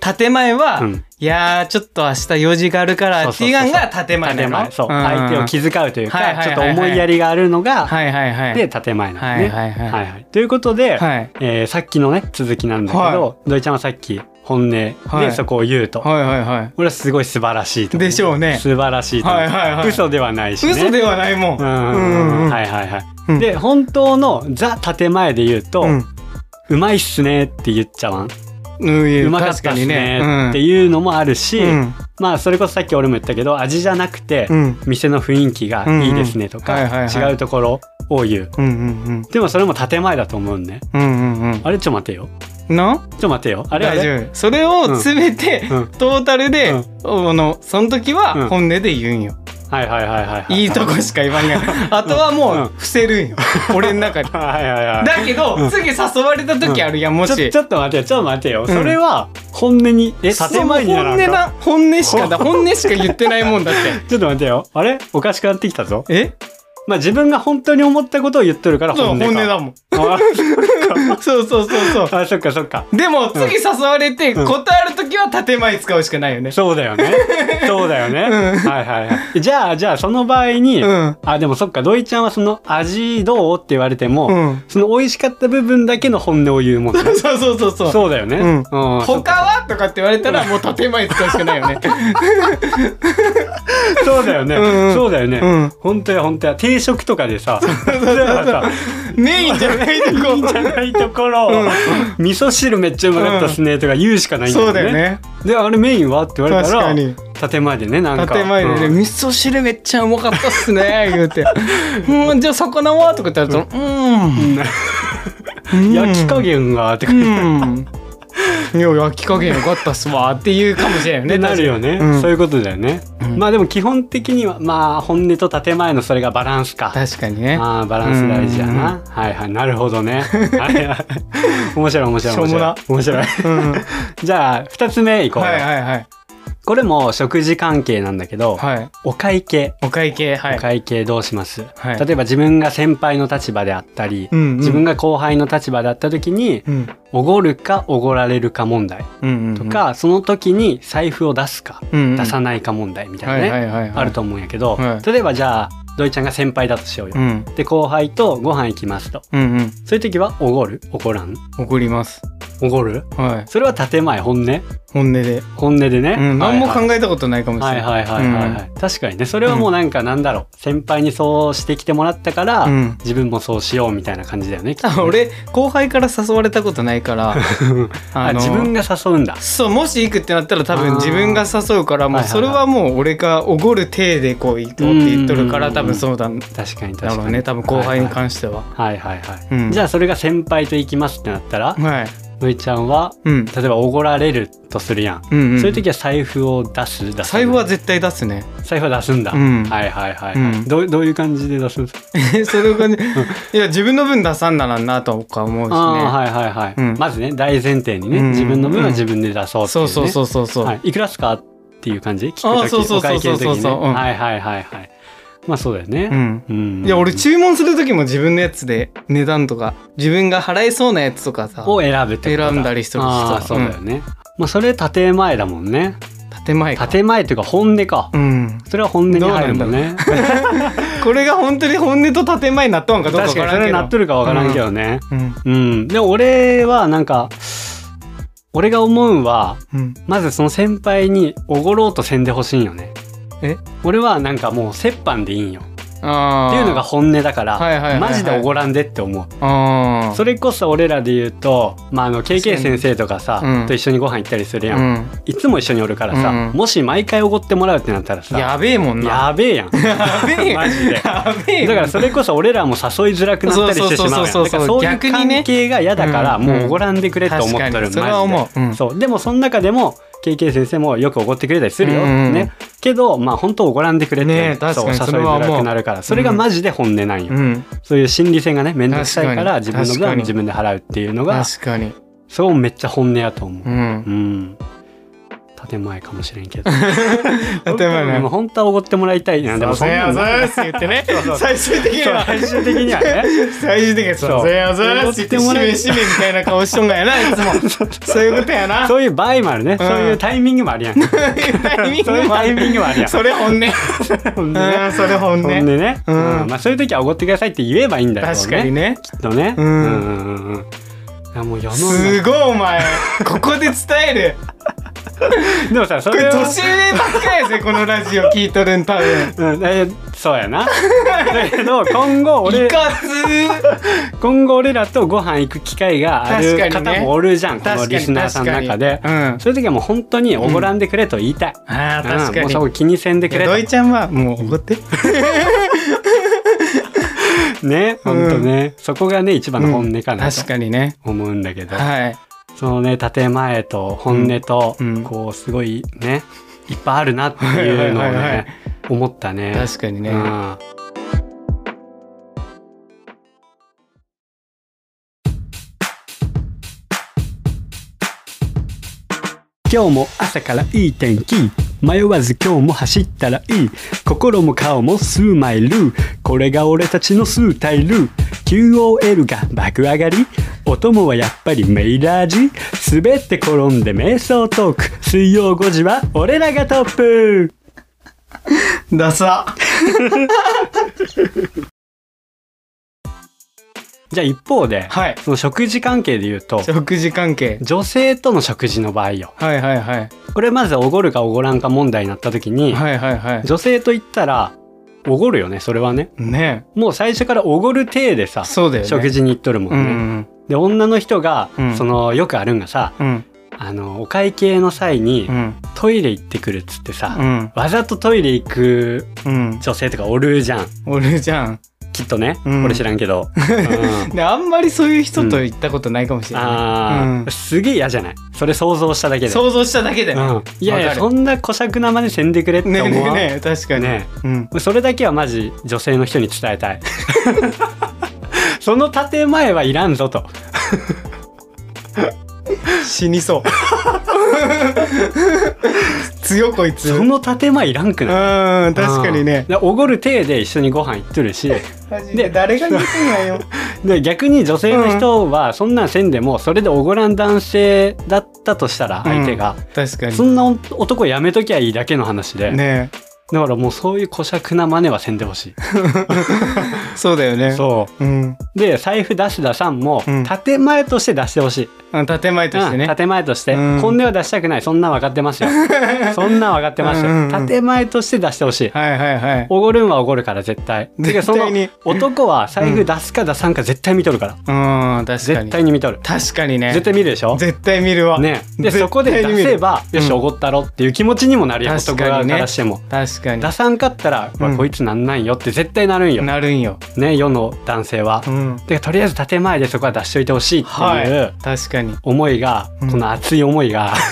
[SPEAKER 1] 建前は
[SPEAKER 2] うん
[SPEAKER 1] いやーちょっと明日用事があるからっていうのが建前な
[SPEAKER 2] 建
[SPEAKER 1] の
[SPEAKER 2] 前そう相手を気遣うという
[SPEAKER 1] はいはい
[SPEAKER 2] か
[SPEAKER 1] はい
[SPEAKER 2] ち
[SPEAKER 1] は
[SPEAKER 2] ょ
[SPEAKER 1] い
[SPEAKER 2] っと思いやりがあるのが
[SPEAKER 1] はいはいはい
[SPEAKER 2] で建前なん
[SPEAKER 1] は
[SPEAKER 2] で
[SPEAKER 1] い
[SPEAKER 2] ね。
[SPEAKER 1] はい
[SPEAKER 2] は
[SPEAKER 1] はいい
[SPEAKER 2] はいということで
[SPEAKER 1] はい
[SPEAKER 2] えーさっきのね続きなんだけ
[SPEAKER 1] は
[SPEAKER 2] ど土井ちゃんはさっき本音で
[SPEAKER 1] はい
[SPEAKER 2] そこを言うと
[SPEAKER 1] はいはいはい
[SPEAKER 2] 俺はすごい素晴らしいと思
[SPEAKER 1] でしょうね
[SPEAKER 2] 素晴らしいと思う
[SPEAKER 1] はいはいはい
[SPEAKER 2] 嘘ではないしね
[SPEAKER 1] 嘘ではないもん。
[SPEAKER 2] う
[SPEAKER 1] う
[SPEAKER 2] んうんうん
[SPEAKER 1] んう
[SPEAKER 2] う
[SPEAKER 1] んん
[SPEAKER 2] はいはいはい、
[SPEAKER 1] うん
[SPEAKER 2] で本当のザ建前で言うと、う
[SPEAKER 1] うん
[SPEAKER 2] まいっすねって言っちゃわん、
[SPEAKER 1] うんいうや
[SPEAKER 2] まかったっすねっていうのもあるし、
[SPEAKER 1] うん
[SPEAKER 2] まあそれこそさっき俺も言ったけど味じゃなくて、
[SPEAKER 1] うん
[SPEAKER 2] 店の雰囲気がいいですねと
[SPEAKER 1] うんうんはい
[SPEAKER 2] か
[SPEAKER 1] はいはい
[SPEAKER 2] 違うところを言う
[SPEAKER 1] うんうん
[SPEAKER 2] でもそれも建前だと思うんね
[SPEAKER 1] うんうんうん
[SPEAKER 2] あれちょっと待てよ
[SPEAKER 1] うんな
[SPEAKER 2] ちょっと待てよあれあ
[SPEAKER 1] 大
[SPEAKER 2] れ
[SPEAKER 1] 丈夫それを詰めて
[SPEAKER 2] うん
[SPEAKER 1] トータルで
[SPEAKER 2] う
[SPEAKER 1] あ
[SPEAKER 2] ん
[SPEAKER 1] のその時
[SPEAKER 2] うん
[SPEAKER 1] は本音で言うんよ
[SPEAKER 2] はいはいはいはいはい
[SPEAKER 1] いいとこしか言わん があとはもう伏せるんよ俺の中で
[SPEAKER 2] はいはいはい
[SPEAKER 1] だけど次誘われた時あるやんも
[SPEAKER 2] ちょ
[SPEAKER 1] し
[SPEAKER 2] ちょっと待てよちょっと待てよ、
[SPEAKER 1] ん
[SPEAKER 2] それは本音にえ建前にならん
[SPEAKER 1] その
[SPEAKER 2] か
[SPEAKER 1] 本音な本音し かだ本音しか言ってないもんだっ
[SPEAKER 2] ちょっと待てよあれおかしくなってきたぞ
[SPEAKER 1] てえ
[SPEAKER 2] まあ自分が本当に思ったことを言っとるから
[SPEAKER 1] そう
[SPEAKER 2] 本音
[SPEAKER 1] 本
[SPEAKER 2] か
[SPEAKER 1] 音だもん
[SPEAKER 2] あ
[SPEAKER 1] そうそうそうそう
[SPEAKER 2] あそっかそっか
[SPEAKER 1] でも次誘われて
[SPEAKER 2] うん
[SPEAKER 1] 断る時は建前使うしかないよね。
[SPEAKER 2] そうだ よねそうだよね、
[SPEAKER 1] うん
[SPEAKER 2] はいはいはいじゃあじゃあその場合に、
[SPEAKER 1] うん。
[SPEAKER 2] あでもそっか土井ちゃんはその味どうって言われても、
[SPEAKER 1] うん。
[SPEAKER 2] その美味しかった部分だけの本音を言うもんね
[SPEAKER 1] そうそうそうそう。
[SPEAKER 2] そうだよね、
[SPEAKER 1] うん
[SPEAKER 2] うんそっ
[SPEAKER 1] 他はとかって言われたらもう建前使うしかないよね。
[SPEAKER 2] そうだよね、
[SPEAKER 1] うんうん
[SPEAKER 2] そうだよね、
[SPEAKER 1] うん
[SPEAKER 2] 本当や本当や定食とかでさ例えばさ
[SPEAKER 1] メインじゃないと
[SPEAKER 2] いいんじゃ
[SPEAKER 1] こ。
[SPEAKER 2] ないところ、味噌汁めっちゃうまかったっすねとか言うしかないんだ
[SPEAKER 1] そう
[SPEAKER 2] よね。
[SPEAKER 1] だよね。
[SPEAKER 2] であれメインはって言われた
[SPEAKER 1] 確からに。
[SPEAKER 2] 建前でねなんか
[SPEAKER 1] 建前でね、
[SPEAKER 2] うん
[SPEAKER 1] 味噌汁めっちゃうまかったっす ね、言うて。うん、じゃあ魚はとか言ったら、うん。うん
[SPEAKER 2] 焼き加減がって、
[SPEAKER 1] うん。いや、焼き加減よかったっすわって言うかもしれないよね。
[SPEAKER 2] なるよね、
[SPEAKER 1] うん
[SPEAKER 2] そういうことだよね、まあでも基本的にはまあ本音と建前のそれがバランスか。
[SPEAKER 1] 確かにね。
[SPEAKER 2] あーバランス大事や
[SPEAKER 1] う
[SPEAKER 2] な。はいはい。なるほどね。はいはい面白い面白い面白い。
[SPEAKER 1] しょうもな
[SPEAKER 2] 面白い。
[SPEAKER 1] うん。は
[SPEAKER 2] じゃあ、二つ目い
[SPEAKER 1] い
[SPEAKER 2] こう。
[SPEAKER 1] はいはい。
[SPEAKER 2] これも食事関係なんだけど、
[SPEAKER 1] はい。
[SPEAKER 2] お会計、
[SPEAKER 1] お会計、は
[SPEAKER 2] お
[SPEAKER 1] い。
[SPEAKER 2] 会計どうします、
[SPEAKER 1] はい
[SPEAKER 2] 例えば自分が先輩の立場であったり、
[SPEAKER 1] うんうん
[SPEAKER 2] 自分が後輩の立場であった時に
[SPEAKER 1] うん。
[SPEAKER 2] おごるかおごられるか問題
[SPEAKER 1] うん。
[SPEAKER 2] と、か、その時に財布を出すか
[SPEAKER 1] うんうん、
[SPEAKER 2] 出さ
[SPEAKER 1] な
[SPEAKER 2] ないか問題みたいなね、
[SPEAKER 1] はいはいはい、はい。
[SPEAKER 2] あると思うんやけど、
[SPEAKER 1] はい
[SPEAKER 2] 例えばじゃあ土井ちゃんが先輩だとしようよ、
[SPEAKER 1] うん。
[SPEAKER 2] で後輩とご飯行きますと
[SPEAKER 1] うんうん。
[SPEAKER 2] そういう時はおごるおごらん
[SPEAKER 1] 怒ります。
[SPEAKER 2] おごる
[SPEAKER 1] はい。
[SPEAKER 2] それは建前本音
[SPEAKER 1] 本音で。
[SPEAKER 2] 本音でね、
[SPEAKER 1] うん。何も
[SPEAKER 2] え
[SPEAKER 1] 考えたことないかもしれ
[SPEAKER 2] は
[SPEAKER 1] ないい。
[SPEAKER 2] はいはいはいはい、確かにねそれはもうなんかなんだろう先輩にそうしてきてもらったから、
[SPEAKER 1] うん。
[SPEAKER 2] 自分もそうしようみたいな感じだよねきっとね
[SPEAKER 1] あ俺、後輩から誘われたことない から、
[SPEAKER 2] あ
[SPEAKER 1] の
[SPEAKER 2] 自分が誘うんだ
[SPEAKER 1] そうもし行くってなったら多
[SPEAKER 2] あー
[SPEAKER 1] 分自分が誘うからもう
[SPEAKER 2] はいはいはい
[SPEAKER 1] それはもう俺がおごる体でこう行こうって言っとるか
[SPEAKER 2] う
[SPEAKER 1] ら
[SPEAKER 2] んうんう
[SPEAKER 1] 多
[SPEAKER 2] ん
[SPEAKER 1] 分そうだ
[SPEAKER 2] 確かに確か
[SPEAKER 1] だ
[SPEAKER 2] に
[SPEAKER 1] ろうね多分後輩に
[SPEAKER 2] じ
[SPEAKER 1] 関しては
[SPEAKER 2] はいはいはい、
[SPEAKER 1] うん
[SPEAKER 2] じゃあそれが先輩と行きますってなったら
[SPEAKER 1] はい
[SPEAKER 2] のいちゃんは
[SPEAKER 1] うん
[SPEAKER 2] 例えばおごられるとするやん、
[SPEAKER 1] うんうん
[SPEAKER 2] そういう時は財布を出す出さない
[SPEAKER 1] 財布は絶対出す ね
[SPEAKER 2] 財布は出すんだ、
[SPEAKER 1] うん
[SPEAKER 2] はいはいはい、はい
[SPEAKER 1] うん
[SPEAKER 2] どうどういう感じで出すんですか、
[SPEAKER 1] それがねいや自分の分出さんならんなとか思うしね
[SPEAKER 2] ああはいはいはい、
[SPEAKER 1] うん
[SPEAKER 2] まずね大前提にね、
[SPEAKER 1] うん
[SPEAKER 2] 自分の分は自分で出そうっていう、ね
[SPEAKER 1] そうそうそうそうそう、
[SPEAKER 2] はい、いくらっすかっていう感じ聞く
[SPEAKER 1] あ
[SPEAKER 2] と
[SPEAKER 1] あ
[SPEAKER 2] き
[SPEAKER 1] そうそう
[SPEAKER 2] お
[SPEAKER 1] そう
[SPEAKER 2] 会計
[SPEAKER 1] そ
[SPEAKER 2] の
[SPEAKER 1] う
[SPEAKER 2] 時
[SPEAKER 1] そう
[SPEAKER 2] に
[SPEAKER 1] う
[SPEAKER 2] ね
[SPEAKER 1] ん
[SPEAKER 2] はいはいはいはいまあそうだよ
[SPEAKER 1] う
[SPEAKER 2] ね、
[SPEAKER 1] ん
[SPEAKER 2] うん
[SPEAKER 1] いや俺注文する時も自分のやつで値段とか自分が払えそうなやつとかさ
[SPEAKER 2] を選ぶってことだ
[SPEAKER 1] 選んだりしてる人
[SPEAKER 2] ああそうだよね、まあそれ建前だもんね
[SPEAKER 1] 建前か
[SPEAKER 2] 建前というか本音か、
[SPEAKER 1] うん
[SPEAKER 2] それは本音に入るもんね
[SPEAKER 1] これが本当に本音と建前になっとんかどうかわ
[SPEAKER 2] 確
[SPEAKER 1] か
[SPEAKER 2] か
[SPEAKER 1] んけ
[SPEAKER 2] らにそれ
[SPEAKER 1] ど
[SPEAKER 2] なっとるかわからんけどね
[SPEAKER 1] うん
[SPEAKER 2] うん、でも俺はなんか俺が思うんは
[SPEAKER 1] うん
[SPEAKER 2] まずその先輩におごろうとせんでほしいんよね
[SPEAKER 1] え
[SPEAKER 2] 俺はなんかもう折半でいいんよ
[SPEAKER 1] あー
[SPEAKER 2] っていうのが本音だから、
[SPEAKER 1] はいはいはいはい
[SPEAKER 2] マジでおごらんでって思う
[SPEAKER 1] あ
[SPEAKER 2] そ
[SPEAKER 1] れ
[SPEAKER 2] れこそ俺らで言うと、まあ、あの KK 先生とかさ、
[SPEAKER 1] うん
[SPEAKER 2] と一緒にご飯行ったりするやん、
[SPEAKER 1] うん、
[SPEAKER 2] いつも一緒におるからさ、
[SPEAKER 1] うん
[SPEAKER 2] もし毎回おごってもらうってなったらさ
[SPEAKER 1] やべえもんな
[SPEAKER 2] やべえやん
[SPEAKER 1] やべえ
[SPEAKER 2] マジで
[SPEAKER 1] やべえ
[SPEAKER 2] だからそれこそ俺らも誘いづらくなったりしてしまうやんだ
[SPEAKER 1] そうそうそうそう
[SPEAKER 2] からそういう
[SPEAKER 1] 逆に
[SPEAKER 2] 関
[SPEAKER 1] ね
[SPEAKER 2] 係が嫌だから
[SPEAKER 1] うん
[SPEAKER 2] もうおごらんでくれと思っとる、
[SPEAKER 1] 確かに
[SPEAKER 2] マジで
[SPEAKER 1] それは思う、うん、
[SPEAKER 2] そうでもその中でも KK 先生もよくおごってくれたりするよ、
[SPEAKER 1] うんうんうん
[SPEAKER 2] ねけどまあ本当おごらんでくれって、
[SPEAKER 1] ねえ確かに
[SPEAKER 2] そう
[SPEAKER 1] そ
[SPEAKER 2] 誘
[SPEAKER 1] れ
[SPEAKER 2] い
[SPEAKER 1] は
[SPEAKER 2] づ
[SPEAKER 1] 思う
[SPEAKER 2] らくなるからそれがマジで本音なんよ、
[SPEAKER 1] うん、
[SPEAKER 2] そういう心理戦がね面倒くさいから自
[SPEAKER 1] 確
[SPEAKER 2] 分
[SPEAKER 1] かに
[SPEAKER 2] の分は自分で払うっていうのが
[SPEAKER 1] 確かに、
[SPEAKER 2] それもめっちゃ本音やと思
[SPEAKER 1] う
[SPEAKER 2] う。
[SPEAKER 1] ん、
[SPEAKER 2] うん。建前かもしれんけ ど。
[SPEAKER 1] 建前ね
[SPEAKER 2] でも本当はおごってもらいたいな。でも
[SPEAKER 1] そう
[SPEAKER 2] そんな
[SPEAKER 1] や
[SPEAKER 2] の
[SPEAKER 1] ぞーって言ってね
[SPEAKER 2] そう
[SPEAKER 1] 最終的に
[SPEAKER 2] そう
[SPEAKER 1] は
[SPEAKER 2] 最終的にはね。
[SPEAKER 1] 最終的には
[SPEAKER 2] そう
[SPEAKER 1] そうやぞーって言ってしめしめみたいな顔しとんがやないつもそういうことやな
[SPEAKER 2] そういう場合もあるね。
[SPEAKER 1] ん
[SPEAKER 2] そういうタイミングもあるやん。そう
[SPEAKER 1] そういうタイミン
[SPEAKER 2] いう
[SPEAKER 1] グ
[SPEAKER 2] タイミングもあるやん。
[SPEAKER 1] それ本音
[SPEAKER 2] 本音
[SPEAKER 1] う
[SPEAKER 2] ね
[SPEAKER 1] んそれ本音
[SPEAKER 2] 本音ね。う
[SPEAKER 1] うん
[SPEAKER 2] ん。まあそういう時はおごってくださいって言えばいいんだよ。
[SPEAKER 1] 確かに。ね
[SPEAKER 2] きっとね。う
[SPEAKER 1] うんん
[SPEAKER 2] うんうんうん。いやもう世の
[SPEAKER 1] すごいお前ここで伝える
[SPEAKER 2] 中でもさそ
[SPEAKER 1] これ
[SPEAKER 2] れは
[SPEAKER 1] 年上ばっかやぜこのラジオ聞いとるん多分
[SPEAKER 2] うんえそうやなだけど今後俺
[SPEAKER 1] いかつ
[SPEAKER 2] 今後俺らとご飯行く機会がある
[SPEAKER 1] 確かにね
[SPEAKER 2] 方もおるじゃん、こ
[SPEAKER 1] 確か
[SPEAKER 2] の
[SPEAKER 1] に
[SPEAKER 2] リスナーさんの中で
[SPEAKER 1] 確、かにうん
[SPEAKER 2] そういう時はもう本当におごらんでくれと言いたい、
[SPEAKER 1] あー
[SPEAKER 2] うん
[SPEAKER 1] 確か
[SPEAKER 2] もう
[SPEAKER 1] に
[SPEAKER 2] そこ気にせんでく
[SPEAKER 1] いや
[SPEAKER 2] れ
[SPEAKER 1] 土井ちゃんはもうおごって
[SPEAKER 2] とね本当ね、そこがね一番の本音かなと
[SPEAKER 1] 確かにね
[SPEAKER 2] 思うんだけど、
[SPEAKER 1] はい
[SPEAKER 2] そのね建前と本音と、
[SPEAKER 1] うんうん
[SPEAKER 2] こうすごいねいっぱいあるなっていうのを
[SPEAKER 1] はいはいはいは
[SPEAKER 2] ね
[SPEAKER 1] い
[SPEAKER 2] 思ったね。
[SPEAKER 1] 確かにね
[SPEAKER 2] うん今日も朝からいい天気迷わず今日も走ったらいい心も顔も数マイルこれが俺たちのスタイル QOL が爆上がりお供はやっぱりメイラージ滑って転んで瞑想トーク水曜5時は俺らがトップ
[SPEAKER 1] ダサ
[SPEAKER 2] じゃあ一方で、
[SPEAKER 1] はい
[SPEAKER 2] その食事関係で言うと
[SPEAKER 1] 食事関係
[SPEAKER 2] 女性との食事の場合よ
[SPEAKER 1] はいはいはい
[SPEAKER 2] これまずおごるかおごらんか問題になった時に、
[SPEAKER 1] はいはいは
[SPEAKER 2] 女性と言ったらおごるよねそれはね
[SPEAKER 1] いね
[SPEAKER 2] もう最初からおごる体でさ、
[SPEAKER 1] そうだよね
[SPEAKER 2] 食事に行っとるも
[SPEAKER 1] うん
[SPEAKER 2] ね、
[SPEAKER 1] ん
[SPEAKER 2] で女の人が、
[SPEAKER 1] うん
[SPEAKER 2] そのよくあるんがさ
[SPEAKER 1] うん
[SPEAKER 2] あのお会計の際に、
[SPEAKER 1] うん
[SPEAKER 2] トイレ行ってくるっつってさ、
[SPEAKER 1] うん
[SPEAKER 2] わざとトイレ行く
[SPEAKER 1] うん
[SPEAKER 2] 女性とかおるじゃん
[SPEAKER 1] 俺じゃん
[SPEAKER 2] きっとね、
[SPEAKER 1] うん
[SPEAKER 2] 俺知らんけ ど、うん
[SPEAKER 1] であんまりそういう人と行ったことないかもしれな
[SPEAKER 2] あー、
[SPEAKER 1] うん
[SPEAKER 2] すげえ嫌じゃないそれ想像しただけ
[SPEAKER 1] い
[SPEAKER 2] で
[SPEAKER 1] 想像しただけで
[SPEAKER 2] うん、いやいや
[SPEAKER 1] わか
[SPEAKER 2] そ
[SPEAKER 1] る
[SPEAKER 2] んな小尺な真似せんでくれって
[SPEAKER 1] ね
[SPEAKER 2] 思
[SPEAKER 1] え
[SPEAKER 2] う
[SPEAKER 1] ねえねえ確かに
[SPEAKER 2] ね
[SPEAKER 1] うん
[SPEAKER 2] それだけはマジ女性の人に伝えたい その建前はいらんぞと
[SPEAKER 1] 死にそう 強こいつ
[SPEAKER 2] そうの建前いらんくない
[SPEAKER 1] ん確かにね
[SPEAKER 2] うんでおごる体で一緒にご飯行っとるし
[SPEAKER 1] マジで誰が見てんやよ
[SPEAKER 2] で逆に女性の人はそんなんせんでもそれでおごらん男性だったとしたら相手が、
[SPEAKER 1] 確か
[SPEAKER 2] そ
[SPEAKER 1] に
[SPEAKER 2] んな男やめときゃいいだけの話で、
[SPEAKER 1] ね
[SPEAKER 2] だからもうそういう小くな真似はせんでほし
[SPEAKER 1] えそうだよ
[SPEAKER 2] い
[SPEAKER 1] ね、
[SPEAKER 2] そう
[SPEAKER 1] ん、
[SPEAKER 2] うで財布出しださんも
[SPEAKER 1] うん
[SPEAKER 2] 建前として出してほしい、
[SPEAKER 1] あ建前としてね、
[SPEAKER 2] うん建前として、
[SPEAKER 1] うん
[SPEAKER 2] 本音は出したくないそんなん分かってま すよそんなん分かってますよ、
[SPEAKER 1] うんうんうん
[SPEAKER 2] 建前として出してほしい
[SPEAKER 1] はいはいはい
[SPEAKER 2] おごるんはおごるから絶対
[SPEAKER 1] 絶対に
[SPEAKER 2] てかその男は財布出すか出さんか絶対見とるから、
[SPEAKER 1] うん確か
[SPEAKER 2] 絶
[SPEAKER 1] に
[SPEAKER 2] 対に見とる
[SPEAKER 1] 確かにね
[SPEAKER 2] 絶対見るでしょ
[SPEAKER 1] 絶対見るわ
[SPEAKER 2] ねで
[SPEAKER 1] 絶対
[SPEAKER 2] そこで
[SPEAKER 1] 見
[SPEAKER 2] 出
[SPEAKER 1] る
[SPEAKER 2] せばよし
[SPEAKER 1] うん
[SPEAKER 2] おごったろっていう気持ちにもなるよ、
[SPEAKER 1] 確か
[SPEAKER 2] 男
[SPEAKER 1] にね
[SPEAKER 2] 側からしても
[SPEAKER 1] 確かに
[SPEAKER 2] 出さんかったら、うわ
[SPEAKER 1] うん
[SPEAKER 2] こいつなんなんよって絶対なるんよ、
[SPEAKER 1] なるんよ、
[SPEAKER 2] ね世の男性は、
[SPEAKER 1] うん、
[SPEAKER 2] でとりあえず建前でそこは出しといてほしいっていう、
[SPEAKER 1] はい確かに
[SPEAKER 2] 思いが、
[SPEAKER 1] うん
[SPEAKER 2] この熱い思いが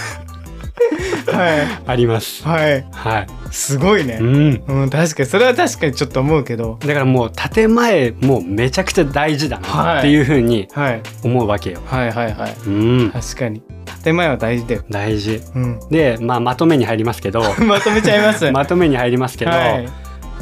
[SPEAKER 1] は
[SPEAKER 2] あります
[SPEAKER 1] いはい
[SPEAKER 2] はい、
[SPEAKER 1] すごいね
[SPEAKER 2] うん、
[SPEAKER 1] うん、確かにそれは確かにちょっと思うけど
[SPEAKER 2] だからもう建前もうめちゃくちゃ大事だ
[SPEAKER 1] はい
[SPEAKER 2] なっていうふうに
[SPEAKER 1] はい
[SPEAKER 2] 思うわけよ、
[SPEAKER 1] はいはいはい
[SPEAKER 2] うん
[SPEAKER 1] 確かに建前は大事だよ、
[SPEAKER 2] 大事
[SPEAKER 1] うん、
[SPEAKER 2] で、まあ、まとめに入りますけど
[SPEAKER 1] まとめちゃいます、
[SPEAKER 2] まとめに入りますけど、
[SPEAKER 1] はい、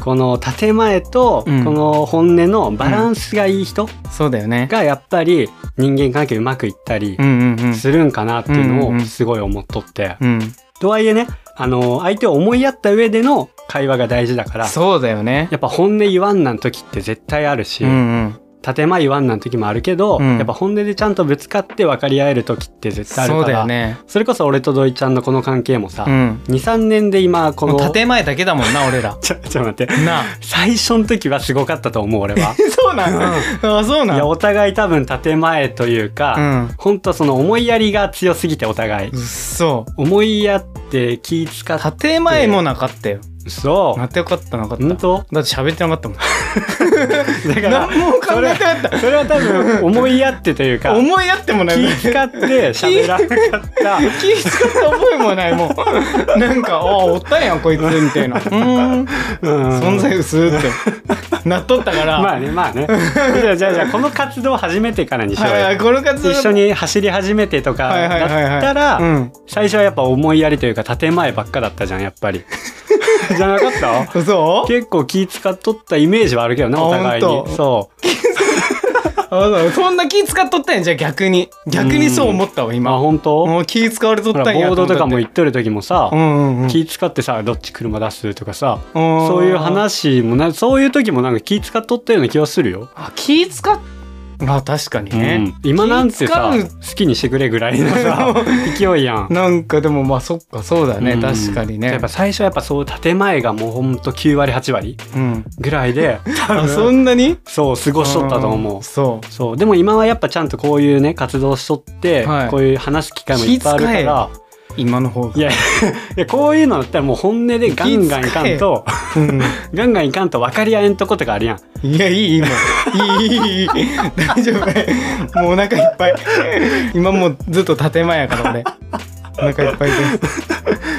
[SPEAKER 2] この建前とこ
[SPEAKER 1] うん
[SPEAKER 2] の本音のバランスがいい人
[SPEAKER 1] そうだよね
[SPEAKER 2] がやっぱり人間関係うまくいったり
[SPEAKER 1] うんうんうん
[SPEAKER 2] するんかなっていう
[SPEAKER 1] うんう
[SPEAKER 2] の
[SPEAKER 1] んう
[SPEAKER 2] を
[SPEAKER 1] ん
[SPEAKER 2] すごい思っとって
[SPEAKER 1] うん
[SPEAKER 2] とはいえねあの相手を思いやった上での会話が大事だから
[SPEAKER 1] そうだよね
[SPEAKER 2] やっぱ本音言わんなん時って絶対あるし、
[SPEAKER 1] うんうん
[SPEAKER 2] 建前言わんなん時もあるけど、
[SPEAKER 1] うん
[SPEAKER 2] やっぱ本音でちゃんとぶつかって分かり合える時って絶対あるか
[SPEAKER 1] そ
[SPEAKER 2] ら
[SPEAKER 1] うだよね
[SPEAKER 2] それこそ俺と土井ちゃんのこの関係もさ、
[SPEAKER 1] うん
[SPEAKER 2] 23年で今こ
[SPEAKER 1] も
[SPEAKER 2] の
[SPEAKER 1] う建前だけだもんな俺 ら
[SPEAKER 2] ちょちょっと待って
[SPEAKER 1] なあ
[SPEAKER 2] 最初の時はすごかったと思う俺は
[SPEAKER 1] そうなんだあそう
[SPEAKER 2] い
[SPEAKER 1] なん
[SPEAKER 2] やお互い多分建前というか、
[SPEAKER 1] うん
[SPEAKER 2] ほんとその思いやりが強すぎてお互いう
[SPEAKER 1] っそ
[SPEAKER 2] 思いやって気使っ
[SPEAKER 1] 建前もなかったよ
[SPEAKER 2] てそ
[SPEAKER 1] なってよかったなかっ
[SPEAKER 2] う
[SPEAKER 1] た
[SPEAKER 2] ほんと
[SPEAKER 1] だって喋ってなかったもん
[SPEAKER 2] だから
[SPEAKER 1] 何も考えてなかっ
[SPEAKER 2] それは多分思いやってという
[SPEAKER 1] た
[SPEAKER 2] か
[SPEAKER 1] 思いやってもない
[SPEAKER 2] 気使って喋 らなかった
[SPEAKER 1] 気使った覚えもないもうなんか「あおったんやんこいつ」みたい な「うーん存
[SPEAKER 2] 存
[SPEAKER 1] 在薄」ってなっとったから、
[SPEAKER 2] まあねま あねじゃあじゃあじゃあこの活動を始めてからにしようよ、
[SPEAKER 1] はい、この活動
[SPEAKER 2] 一緒に走り始めてとか
[SPEAKER 1] はいはい
[SPEAKER 2] だっ
[SPEAKER 1] はいはい
[SPEAKER 2] たら、
[SPEAKER 1] うん
[SPEAKER 2] 最初はやっぱ思いやりというか建前ばっかだったじゃんやっ ぱりじゃなかった
[SPEAKER 1] そう
[SPEAKER 2] 結構気使っとったイメージはあるけどな
[SPEAKER 1] あ
[SPEAKER 2] お互い
[SPEAKER 1] ほん
[SPEAKER 2] に
[SPEAKER 1] と
[SPEAKER 2] そう
[SPEAKER 1] あそうそんな気使っとったんやじゃあ逆に逆にそう思ったわ
[SPEAKER 2] まあ
[SPEAKER 1] 今
[SPEAKER 2] 本当
[SPEAKER 1] もう気使われとっ
[SPEAKER 2] ほら
[SPEAKER 1] たんや
[SPEAKER 2] ボードとかも
[SPEAKER 1] い
[SPEAKER 2] 行っとる時もさ、
[SPEAKER 1] うんうんうん
[SPEAKER 2] 気使ってさどっち車出すとかさ
[SPEAKER 1] そ
[SPEAKER 2] そういう話もなそういう時もなんか気使っとったような気がするよ、
[SPEAKER 1] あ気使っまあ確かにね、
[SPEAKER 2] うん今なんてさ
[SPEAKER 1] 気使う
[SPEAKER 2] 好きにしてくれぐらい のさ勢いやん
[SPEAKER 1] なんかでもまあそっかそうだね、
[SPEAKER 2] うん
[SPEAKER 1] 確かにね
[SPEAKER 2] やっぱ最初はやっぱそう建前がもうほんと9割8割
[SPEAKER 1] うん、
[SPEAKER 2] ぐら いで多
[SPEAKER 1] あそ
[SPEAKER 2] 分
[SPEAKER 1] んなに
[SPEAKER 2] そう過ごしとったと思うん
[SPEAKER 1] そ
[SPEAKER 2] そうでも今はやっぱちゃんとこういうね活動しとって、
[SPEAKER 1] はい
[SPEAKER 2] こういう話す機会もいっぱいあるから
[SPEAKER 1] う今の方が
[SPEAKER 2] いやいや こういうのだったらもう本音でガンガンいかんと
[SPEAKER 1] うん
[SPEAKER 2] ガンガンいかんと分かり合えんとことかあるやん
[SPEAKER 1] いや、いい、今。いい、いい、いい。大丈夫。もうお腹いっぱい。今もうずっと建前やから、俺。お腹いっぱいです。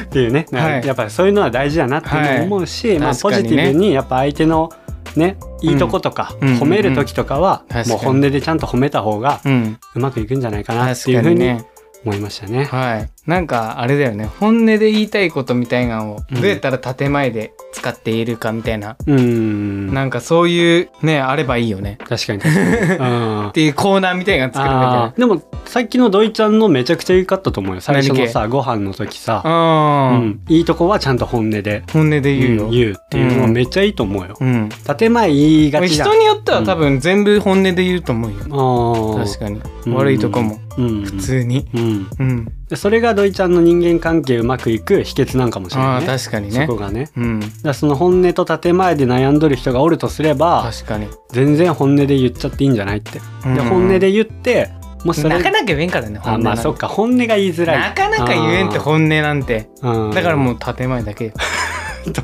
[SPEAKER 2] っていうね、
[SPEAKER 1] はい
[SPEAKER 2] やっぱそういうのは大事だなっていうのも思うし、まあ、
[SPEAKER 1] 確
[SPEAKER 2] ポ
[SPEAKER 1] かにね
[SPEAKER 2] ジティブにやっぱ相手のねいいとことか、
[SPEAKER 1] うん
[SPEAKER 2] 褒める時とかは、
[SPEAKER 1] うんうんうん
[SPEAKER 2] も
[SPEAKER 1] 確
[SPEAKER 2] う
[SPEAKER 1] か
[SPEAKER 2] 本
[SPEAKER 1] に
[SPEAKER 2] 音でちゃんと褒めた方が
[SPEAKER 1] うん。
[SPEAKER 2] うまくいくんじゃないかなっ
[SPEAKER 1] 確
[SPEAKER 2] てい
[SPEAKER 1] か
[SPEAKER 2] うふう
[SPEAKER 1] に
[SPEAKER 2] に
[SPEAKER 1] ね。
[SPEAKER 2] 思いましたね。
[SPEAKER 1] はい。なんか、あれだよね。本音で言いたいことみたいなのを、
[SPEAKER 2] うん
[SPEAKER 1] どうやったら建前で使っているかみたいな。
[SPEAKER 2] うん
[SPEAKER 1] なんかそういう、ね、あればいいよね。
[SPEAKER 2] 確か に確かに。うん
[SPEAKER 1] っていうコーナーみたいなの作るべき
[SPEAKER 2] あーでもさっきの土井ちゃんのめちゃくちゃ良かったと思うよ最初の
[SPEAKER 1] 何
[SPEAKER 2] さご飯の時さ、う
[SPEAKER 1] だよ。うん。
[SPEAKER 2] ん、いいとこはちゃんと本音で
[SPEAKER 1] 本音で言う
[SPEAKER 2] う
[SPEAKER 1] よ
[SPEAKER 2] ん。言うっていうのは
[SPEAKER 1] うん
[SPEAKER 2] めっちゃいいと思うよ。
[SPEAKER 1] うん。
[SPEAKER 2] 建前言いがちだ
[SPEAKER 1] 人によっては多分全部本音で言うと思うよ。確
[SPEAKER 2] 確
[SPEAKER 1] かに。
[SPEAKER 2] うん
[SPEAKER 1] 悪いとこも。
[SPEAKER 2] に
[SPEAKER 1] 普通に。
[SPEAKER 2] うん、
[SPEAKER 1] うん。
[SPEAKER 2] でそれが土井ちゃんの人間関係うまくいく秘訣なんかもしれ
[SPEAKER 1] あ
[SPEAKER 2] な
[SPEAKER 1] あ
[SPEAKER 2] いね
[SPEAKER 1] 確かにね
[SPEAKER 2] そこがねだか
[SPEAKER 1] うん
[SPEAKER 2] らその本音と建前で悩んどる人がおるとすれば
[SPEAKER 1] 確かに、
[SPEAKER 2] 全然本音で言っちゃっていいんじゃないって、
[SPEAKER 1] うん
[SPEAKER 2] で本音で言ってもしそれ
[SPEAKER 1] なかなか言えんからね本
[SPEAKER 2] あ
[SPEAKER 1] 音
[SPEAKER 2] ま
[SPEAKER 1] なん
[SPEAKER 2] あ
[SPEAKER 1] て
[SPEAKER 2] そっか本音が言いづらい
[SPEAKER 1] なかなか言えんって本音なんて
[SPEAKER 2] 音
[SPEAKER 1] だ からもう建前だけよ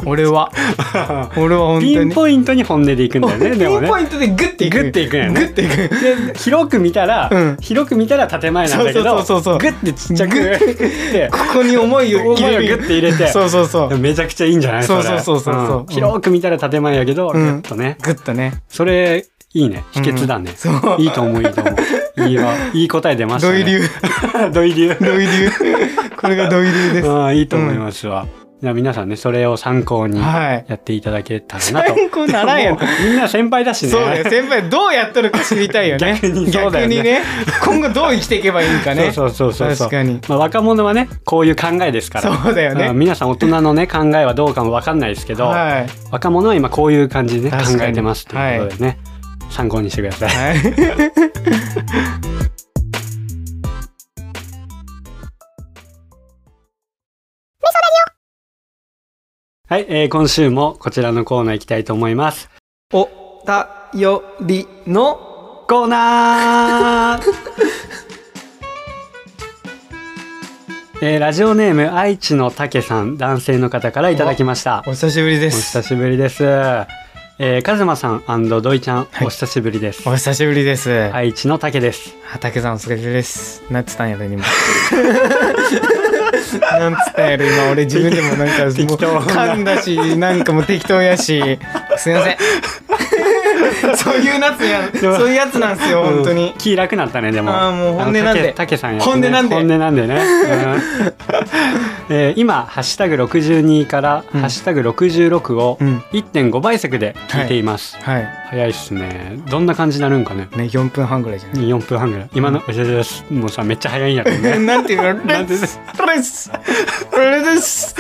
[SPEAKER 1] 俺は
[SPEAKER 2] う
[SPEAKER 1] 俺は本当に
[SPEAKER 2] ピンポイントに本音でいくんだよねでも
[SPEAKER 1] ピン
[SPEAKER 2] ね
[SPEAKER 1] ポイントでグッていく
[SPEAKER 2] グッていくんや
[SPEAKER 1] グ
[SPEAKER 2] ね
[SPEAKER 1] ッていく
[SPEAKER 2] で広く見たら、
[SPEAKER 1] うん
[SPEAKER 2] 広く見たら建前なんだけど
[SPEAKER 1] そうそうそうそう
[SPEAKER 2] グッてちっちゃく
[SPEAKER 1] グッ
[SPEAKER 2] グッて
[SPEAKER 1] ここに思いを
[SPEAKER 2] 思いを
[SPEAKER 1] 入れる
[SPEAKER 2] グッて入れて
[SPEAKER 1] そうそうそう
[SPEAKER 2] めちゃくちゃいいんじゃない
[SPEAKER 1] そう
[SPEAKER 2] れ
[SPEAKER 1] そうそうそうそうん
[SPEAKER 2] 広く見たら建前やけど、
[SPEAKER 1] うん
[SPEAKER 2] グッとね
[SPEAKER 1] グッとね
[SPEAKER 2] それいいね秘訣だね、
[SPEAKER 1] そう
[SPEAKER 2] いいと思ういいと思ういいわいい答え出ました
[SPEAKER 1] 土
[SPEAKER 2] ね
[SPEAKER 1] 井流
[SPEAKER 2] 土井流
[SPEAKER 1] 土井流これが土井流です
[SPEAKER 2] うんいいと思いますわ、じゃあ皆さんね、それを参考にや
[SPEAKER 1] はい。
[SPEAKER 2] っていただけたらなと。
[SPEAKER 1] 参考にならんやん。
[SPEAKER 2] もうみんな先輩だしね。
[SPEAKER 1] そうだよ。先輩どうやっとるか知りたいよね。
[SPEAKER 2] 逆にそうだよね
[SPEAKER 1] 逆にね。今後どう生きていけばいいんかね。
[SPEAKER 2] そうそうそうそうそう
[SPEAKER 1] 確かに。
[SPEAKER 2] まあ、若者はねこういう考えですから
[SPEAKER 1] そうだよね
[SPEAKER 2] あ皆さん大人のね考えはどうかも分かんないですけど、
[SPEAKER 1] はい。
[SPEAKER 2] 若者は今こういう感じで、ね、
[SPEAKER 1] 確かに
[SPEAKER 2] 考えてますということでね、参考にしてください。
[SPEAKER 1] はい。
[SPEAKER 2] はい、えー今週もこちらのコーナー行きたいと思います。
[SPEAKER 1] お、た、よ、り、の、
[SPEAKER 2] コーナー えーラジオネーム愛知のたけさん男性の方からいただきました。
[SPEAKER 1] お久しぶりで
[SPEAKER 2] お
[SPEAKER 1] す
[SPEAKER 2] 久。しぶりです。えー、カズマさんドイちゃん、
[SPEAKER 1] はい
[SPEAKER 2] お久しぶりです
[SPEAKER 1] お。久しぶりです。
[SPEAKER 2] 愛知のたけです。
[SPEAKER 1] 畑さんお疲れ様です。なんつったんやろ今。 なんつったんやろ今俺自分でもなんかもう
[SPEAKER 2] 適当な
[SPEAKER 1] 噛んだしなんかもう適当やしすいません。 そういうやつやそういうやつなんですよ本当に
[SPEAKER 2] うん。気楽なったねでも
[SPEAKER 1] あーもう本音なんで
[SPEAKER 2] あのたけたけさんや
[SPEAKER 1] 本音なんで
[SPEAKER 2] 本音なんでね、 うんえー今「ハッシュタグ #62」から「
[SPEAKER 1] うん
[SPEAKER 2] ハッシュタグ #66」を
[SPEAKER 1] うん
[SPEAKER 2] 1.5倍速で聞いています、
[SPEAKER 1] はい。
[SPEAKER 2] 早いっすねどんな感じになるんかね
[SPEAKER 1] ね4分半ぐらいじゃない。
[SPEAKER 2] 4分半ぐらい今の「おしゃれです」もうさめっちゃ早いんやろ ね、
[SPEAKER 1] なんていうの
[SPEAKER 2] なん
[SPEAKER 1] レ
[SPEAKER 2] ていうの
[SPEAKER 1] スレスレス